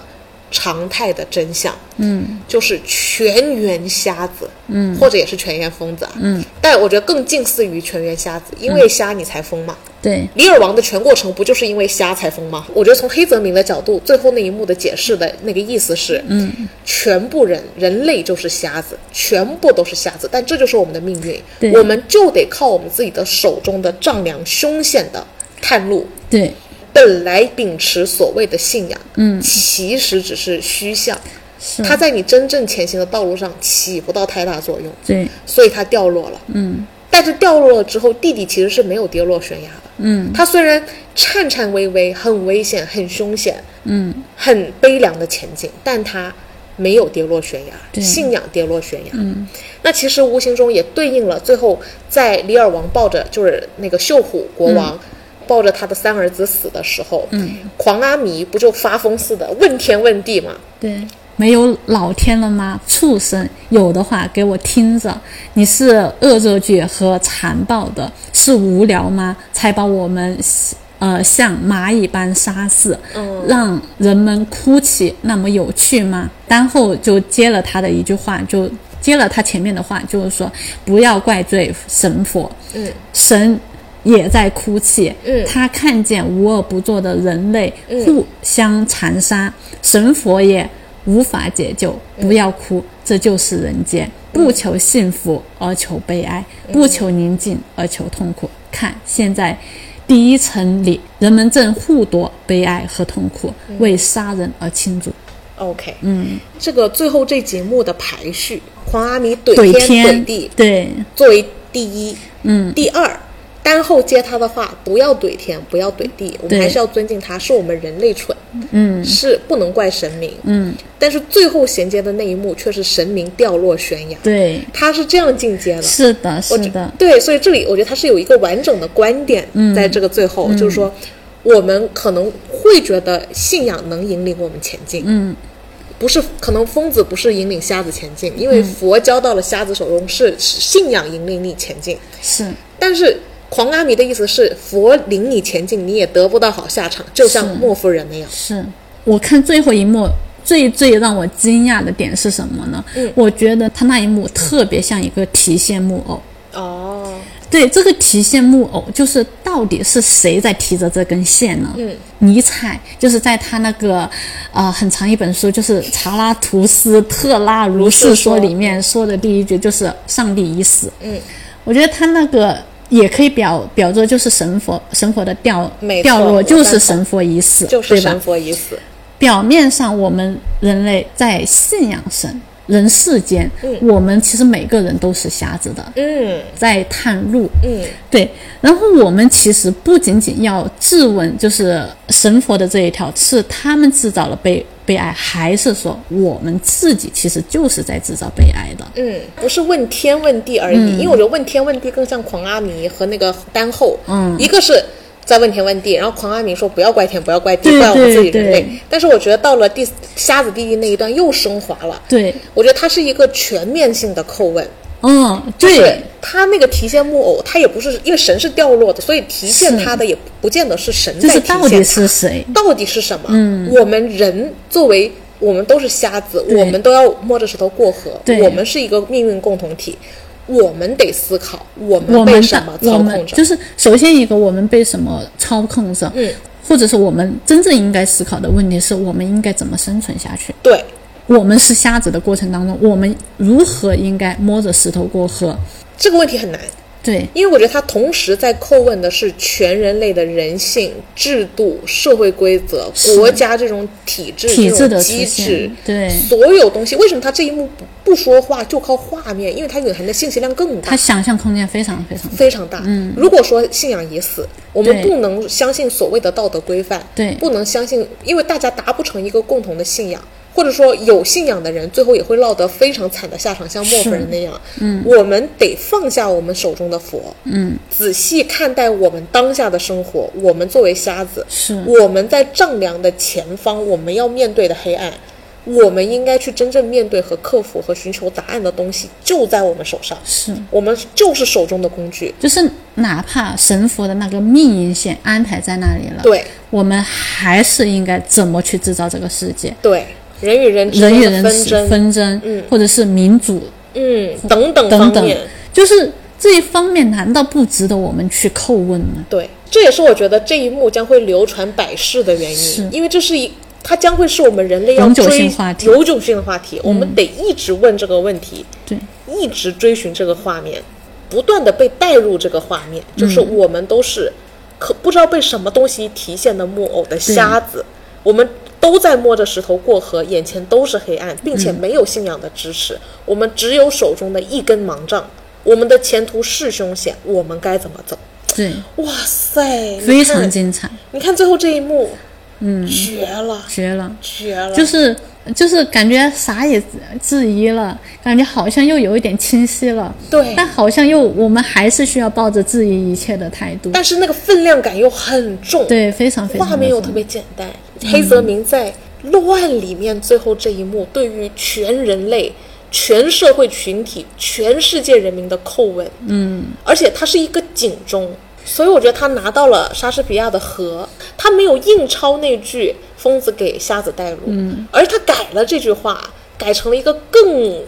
Speaker 1: 常态的真相。嗯，就是全员瞎子，嗯，或者也是全员疯子啊。嗯，但我觉得更近似于全员瞎子，因为瞎你才疯嘛。
Speaker 2: 对
Speaker 1: 李尔王的全过程不就是因为瞎才疯吗？我觉得从黑泽明的角度，最后那一幕的解释的那个意思是，嗯，全部人人类就是瞎子，全部都是瞎子，但这就是我们的命
Speaker 2: 对
Speaker 1: 运，我们就得靠我们自己的手中的丈量凶险的探路。
Speaker 2: 对，
Speaker 1: 本来秉持所谓的信仰，嗯，其实只是虚像，
Speaker 2: 是
Speaker 1: 它在你真正前行的道路上起不到太大作用。
Speaker 2: 对
Speaker 1: 所以他掉落了。嗯，但是掉落了之后，弟弟其实是没有跌落悬崖的。嗯，他虽然颤颤巍巍，很危险，很凶险，嗯，很悲凉的前景，但他没有跌落悬崖，信仰跌落悬崖。嗯，那其实无形中也对应了最后在李尔王抱着就是那个秀虎国王。抱着他的三儿子死的时候，嗯，狂阿弥不就发疯似的问天问地吗？
Speaker 2: 对，没有老天了吗？畜生，有的话给我听着，你是恶作剧和残暴的，是无聊吗？才把我们呃像蚂蚁般杀死，让人们哭泣，那么有趣吗？然后就接了他的一句话，就接了他前面的话，就是说不要怪罪神佛，
Speaker 1: 嗯，
Speaker 2: 神。也在哭泣，
Speaker 1: 嗯
Speaker 2: 他看见无恶不作的人类互相残杀，神佛也无法解救。
Speaker 1: 嗯
Speaker 2: 不要哭，这就是人间。不求幸福而求悲哀，
Speaker 1: 嗯
Speaker 2: 不求宁静而求痛苦。看，现在第一层里，人们正互夺悲哀和痛苦，
Speaker 1: 嗯
Speaker 2: 为杀人而庆祝。
Speaker 1: OK，嗯，这个最后这节目的排序，狂阿弥怼
Speaker 2: 怼
Speaker 1: 天怼
Speaker 2: 天
Speaker 1: 地
Speaker 2: 对
Speaker 1: 作为第一，嗯，第二，单后接他的话，不要怼天，不要怼地，我们
Speaker 2: 对
Speaker 1: 还是要尊敬他，是我们人类蠢，嗯，是不能怪神明，嗯，但是最后衔接的那一幕却是神明掉落悬崖，
Speaker 2: 对，
Speaker 1: 他是这样进阶的，
Speaker 2: 是的，
Speaker 1: 嗯我
Speaker 2: 是
Speaker 1: 觉
Speaker 2: 的，嗯
Speaker 1: 对，所以这里我觉得它是有一个完整的观点，在这个最后、就是说，我们可能会觉得信仰能引领我们前进，嗯，不是可能疯子不是引领瞎子前进，因
Speaker 2: 嗯
Speaker 1: 为佛教到了瞎子手中是是信仰引领你前进，
Speaker 2: 是
Speaker 1: 但是狂阿弥的意思是佛领你前进，你也得不到好下场，就像莫夫人那样，
Speaker 2: 是。我看最后一幕，最最让我惊讶的点是什么呢？
Speaker 1: 嗯
Speaker 2: 我觉得他那一幕特别像一个提线木偶。
Speaker 1: 哦，
Speaker 2: 对，这个提线木偶就是到底是谁在提着这根线呢？嗯，尼采就是在他那个呃很长一本书，就是《查拉图斯特拉如是说》里面说的第一句就是“上帝已死”。嗯，我觉得他那个也可以表表作就是神佛神佛的掉
Speaker 1: 没错
Speaker 2: 掉落，
Speaker 1: 我
Speaker 2: 就
Speaker 1: 赞
Speaker 2: 是
Speaker 1: 同
Speaker 2: 神佛已死，
Speaker 1: 就是
Speaker 2: 对吧
Speaker 1: 神？佛已死，
Speaker 2: 表面上我们人类在信仰神，人世间，我们其实每个人都是瞎子的，
Speaker 1: 嗯
Speaker 2: 在探路，
Speaker 1: 嗯，
Speaker 2: 对。然后我们其实不仅仅要质问，就是神佛的这一条，是他们制造了悲悲哀，还是说我们自己其实就是在制造悲哀的？
Speaker 1: 嗯，不是问天问地而已，
Speaker 2: 嗯
Speaker 1: 因为我觉得问天问地更像狂阿弥和那个丹后，嗯，一个是在问天问地，然后狂阿弥说不要怪天，不要怪地，
Speaker 2: 对
Speaker 1: 怪我们自己
Speaker 2: 对
Speaker 1: 人类
Speaker 2: 对。
Speaker 1: 但是我觉得到了第瞎子弟弟那一段又升华了，
Speaker 2: 对，
Speaker 1: 我觉得它是一个全面性的叩问，
Speaker 2: 嗯，
Speaker 1: 就
Speaker 2: 对，
Speaker 1: 是他那个提线木偶，他也不是因为神是掉落的，所以提线他的也不见得是神
Speaker 2: 就
Speaker 1: 在
Speaker 2: 是
Speaker 1: 提线
Speaker 2: 到底是谁？
Speaker 1: 到底是什么？嗯，我们人作为我们都是瞎子，我们都要摸着石头过河，
Speaker 2: 对
Speaker 1: 我们是一个命运共同体，我们得思考我
Speaker 2: 我
Speaker 1: 们
Speaker 2: 们
Speaker 1: 被
Speaker 2: 的
Speaker 1: 什么操
Speaker 2: 我
Speaker 1: 控
Speaker 2: 们
Speaker 1: 着。
Speaker 2: 就是首先一个，我们被什么操控着？
Speaker 1: 嗯，
Speaker 2: 或者是我们真正应该思考的问题是我们应该怎么生存下去？
Speaker 1: 对，
Speaker 2: 我们是瞎子的过程当中，我们如何应该摸着石头过河？
Speaker 1: 这个问题很难，
Speaker 2: 对，
Speaker 1: 因为我觉得他同时在叩问的是全人类的人性、制度、社会规则、国家这种体制、
Speaker 2: 体制
Speaker 1: 这
Speaker 2: 的
Speaker 1: 种
Speaker 2: 实
Speaker 1: 机
Speaker 2: 现
Speaker 1: 制，
Speaker 2: 对
Speaker 1: 所有东西。为什么他这一幕不不说话，就靠画面？因为它蕴含的信息量更大
Speaker 2: 他。想象空间非常非常大。
Speaker 1: 非常大。嗯，如果说信仰已死，我们
Speaker 2: 对
Speaker 1: 不能相信所谓的道德规范，
Speaker 2: 对
Speaker 1: 不能相信，因为大家达不成一个共同的信仰，或者说有信仰的人最后也会落得非常惨的下场，像莫夫人那样。嗯，我们得放下我们手中的佛，嗯，仔细看待我们当下的生活。我们作为瞎子，
Speaker 2: 是
Speaker 1: 我们在丈量的前方，我们要面对的黑暗。我们应该去真正面对和克服和寻求答案的东西就在我们手上，
Speaker 2: 是，
Speaker 1: 我们就是手中的工具。
Speaker 2: 就是哪怕神佛的那个命运线安排在那里了，
Speaker 1: 对
Speaker 2: 我们还是应该怎么去制造这个世界？
Speaker 1: 对，人与人之
Speaker 2: 人与
Speaker 1: 间的
Speaker 2: 人
Speaker 1: 纷争，
Speaker 2: 纷争，或者是民主
Speaker 1: 嗯，等等
Speaker 2: 等
Speaker 1: 方
Speaker 2: 等
Speaker 1: 面，，
Speaker 2: 就是这一方面，难道不值得我们去叩问吗？
Speaker 1: 对，这也是我觉得这一幕将会流传百世的原因，因为这是一。它将会是我们人类要
Speaker 2: 永久
Speaker 1: 追
Speaker 2: 性话题嗯
Speaker 1: 永久性的话题，我们得一直问这个问题，
Speaker 2: 对，
Speaker 1: 一直追寻这个画面，不断的被带入这个画面，就是我们都是可不知道被什么东西提线的木偶的瞎子，我们都在摸着石头过河，眼前都是黑暗，并且没有信仰的支持，我们只有手中的一根盲杖，我们的前途是凶险，我们该怎么走？
Speaker 2: 对，
Speaker 1: 哇塞，
Speaker 2: 非常
Speaker 1: 近！
Speaker 2: 精彩，
Speaker 1: 你看最后这一幕，嗯，绝了，
Speaker 2: 绝了！
Speaker 1: 绝了！
Speaker 2: 就是就是感觉啥也质疑了，感觉好像又有一点清晰了，
Speaker 1: 对
Speaker 2: 但好像又我们还是需要抱着质疑一切的态度，
Speaker 1: 但是那个分量感又很重，
Speaker 2: 对，非常非常
Speaker 1: 画面
Speaker 2: 地
Speaker 1: 又
Speaker 2: 丰
Speaker 1: 特别简单。黑泽明在《乱》里面最后这一幕，对于全人类、全社会群体、全世界人民的叩问，嗯，而且它是一个警钟，所以我觉得他拿到了莎士比亚的和，他没有硬抄那句“疯子给瞎子带路”，嗯，而他改了这句话，改成了一个更。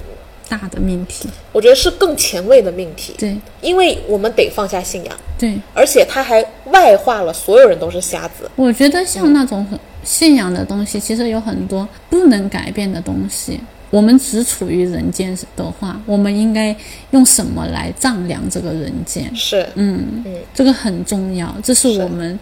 Speaker 2: 大的命题，
Speaker 1: 我觉得是更前卫的命题，
Speaker 2: 对
Speaker 1: 因为我们得放下信仰，
Speaker 2: 对。
Speaker 1: 而且他还外化了所有人都是瞎子，
Speaker 2: 我觉得像那种很信仰的东西，其实有很多不能改变的东西。我们只处于人间的话，我们应该用什么来丈量这个人间？
Speaker 1: 是，
Speaker 2: 嗯，这个很重要，这是我们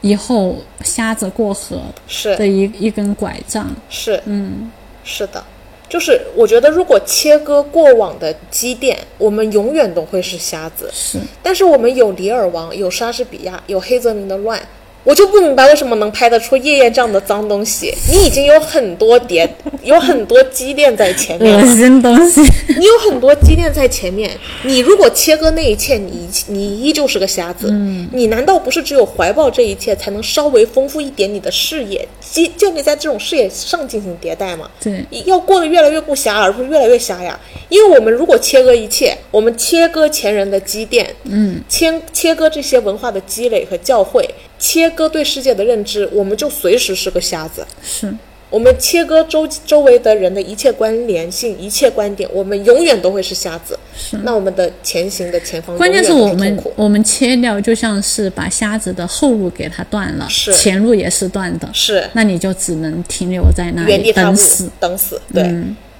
Speaker 2: 以后瞎子过河
Speaker 1: 是
Speaker 2: 的一一根拐杖。
Speaker 1: 是，嗯，是的，就是我觉得如果切割过往的积淀，我们永远都会是瞎子。
Speaker 2: 是，
Speaker 1: 但是我们有李尔王，有莎士比亚，有黑泽明的乱。我就不明白为什么能拍得出《夜宴》这样的脏东西。你已经有很多叠，有很多积淀在前面了
Speaker 2: 恶，心东西。
Speaker 1: 你有很多积淀在前面，你如果切割那一切，你你依旧是个瞎子。嗯，你难道不是只有怀抱这一切，才能稍微丰富一点你的视野，基建立在这种视野上进行迭代吗？
Speaker 2: 对，
Speaker 1: 要过得越来越不狭隘，而不是越来越狭隘。因为我们如果切割一切，我们切割前人的积淀，嗯，切切割这些文化的积累和教诲，切割对世界的认知，我们就随时是个瞎子。
Speaker 2: 是，
Speaker 1: 我我们切割周周围的人的一切关联性、一切观点，我们永远都会是瞎子。
Speaker 2: 是
Speaker 1: 那我们的前行的前方
Speaker 2: 关键
Speaker 1: 是
Speaker 2: 是我
Speaker 1: 痛
Speaker 2: 们
Speaker 1: 苦
Speaker 2: 我们切掉，就像是把瞎子的后路给它断了，
Speaker 1: 是
Speaker 2: 前路也是断的，
Speaker 1: 是
Speaker 2: 那你就只能停留在那
Speaker 1: 原地
Speaker 2: 里
Speaker 1: 踏步
Speaker 2: 等死。，嗯
Speaker 1: 等死。对，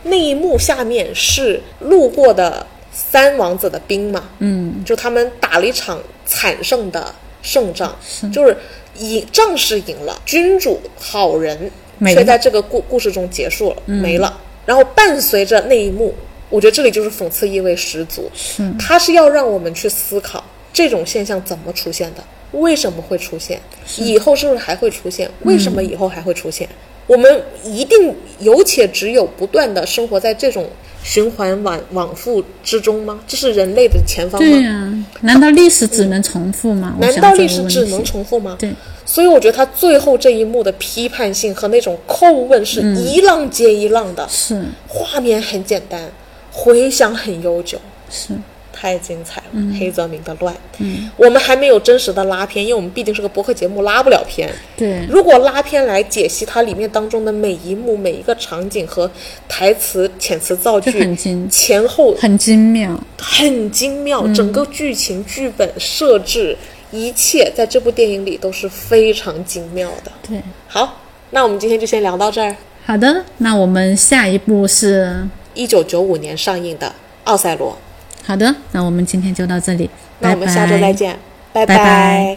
Speaker 1: 那一幕下面是路过的三王子的兵嘛，嗯，就他们打了一场惨胜的胜仗，
Speaker 2: 嗯
Speaker 1: 就是以正式赢了，君主好人
Speaker 2: 没
Speaker 1: 却
Speaker 2: 了嗯
Speaker 1: 在这个故故事中结束了，没了。然后伴随着那一幕，我觉得这里就是讽刺意味十足，是
Speaker 2: 嗯
Speaker 1: 它是要让我们去思考这种现象怎么出现的。为什么会出现？以后是不是还会出现？
Speaker 2: 嗯
Speaker 1: 为什么以后还会出现？我们一定有且只有不断的生活在这种循环往往复之中吗？这是人类的前方
Speaker 2: 对
Speaker 1: 吗？
Speaker 2: 呀、难道历史只能重复吗？我
Speaker 1: 难
Speaker 2: 想
Speaker 1: 道历
Speaker 2: 这个
Speaker 1: 史
Speaker 2: 问
Speaker 1: 只
Speaker 2: 题
Speaker 1: 能重复吗？
Speaker 2: 对，
Speaker 1: 所以我觉得他最后这一幕的批判性和那种叩问是
Speaker 2: 嗯
Speaker 1: 一浪接一浪的，
Speaker 2: 是
Speaker 1: 画面很简单，回响很悠久，
Speaker 2: 是
Speaker 1: 太精彩了。黑泽明的《乱》，嗯，我们还没有真实的拉片，因为我们毕竟是个播客节目，拉不了片。
Speaker 2: 对
Speaker 1: 如果拉片来解析它里面当中的每一幕、每一个场景和台词、遣词造句，
Speaker 2: 就很精
Speaker 1: 前后
Speaker 2: 很嗯精妙，
Speaker 1: 很精妙，整个剧情、剧本设置，一切在这部电影里都是非常精妙的。
Speaker 2: 对。
Speaker 1: 好，那我们今天就先聊到这儿。
Speaker 2: 好的，那我们下一步是
Speaker 1: 一九九五年上映的《奥赛罗》，
Speaker 2: 好的，那我们今天就到这里，
Speaker 1: 那我们下周
Speaker 2: 拜拜
Speaker 1: 再见，
Speaker 2: 拜
Speaker 1: 拜
Speaker 2: 拜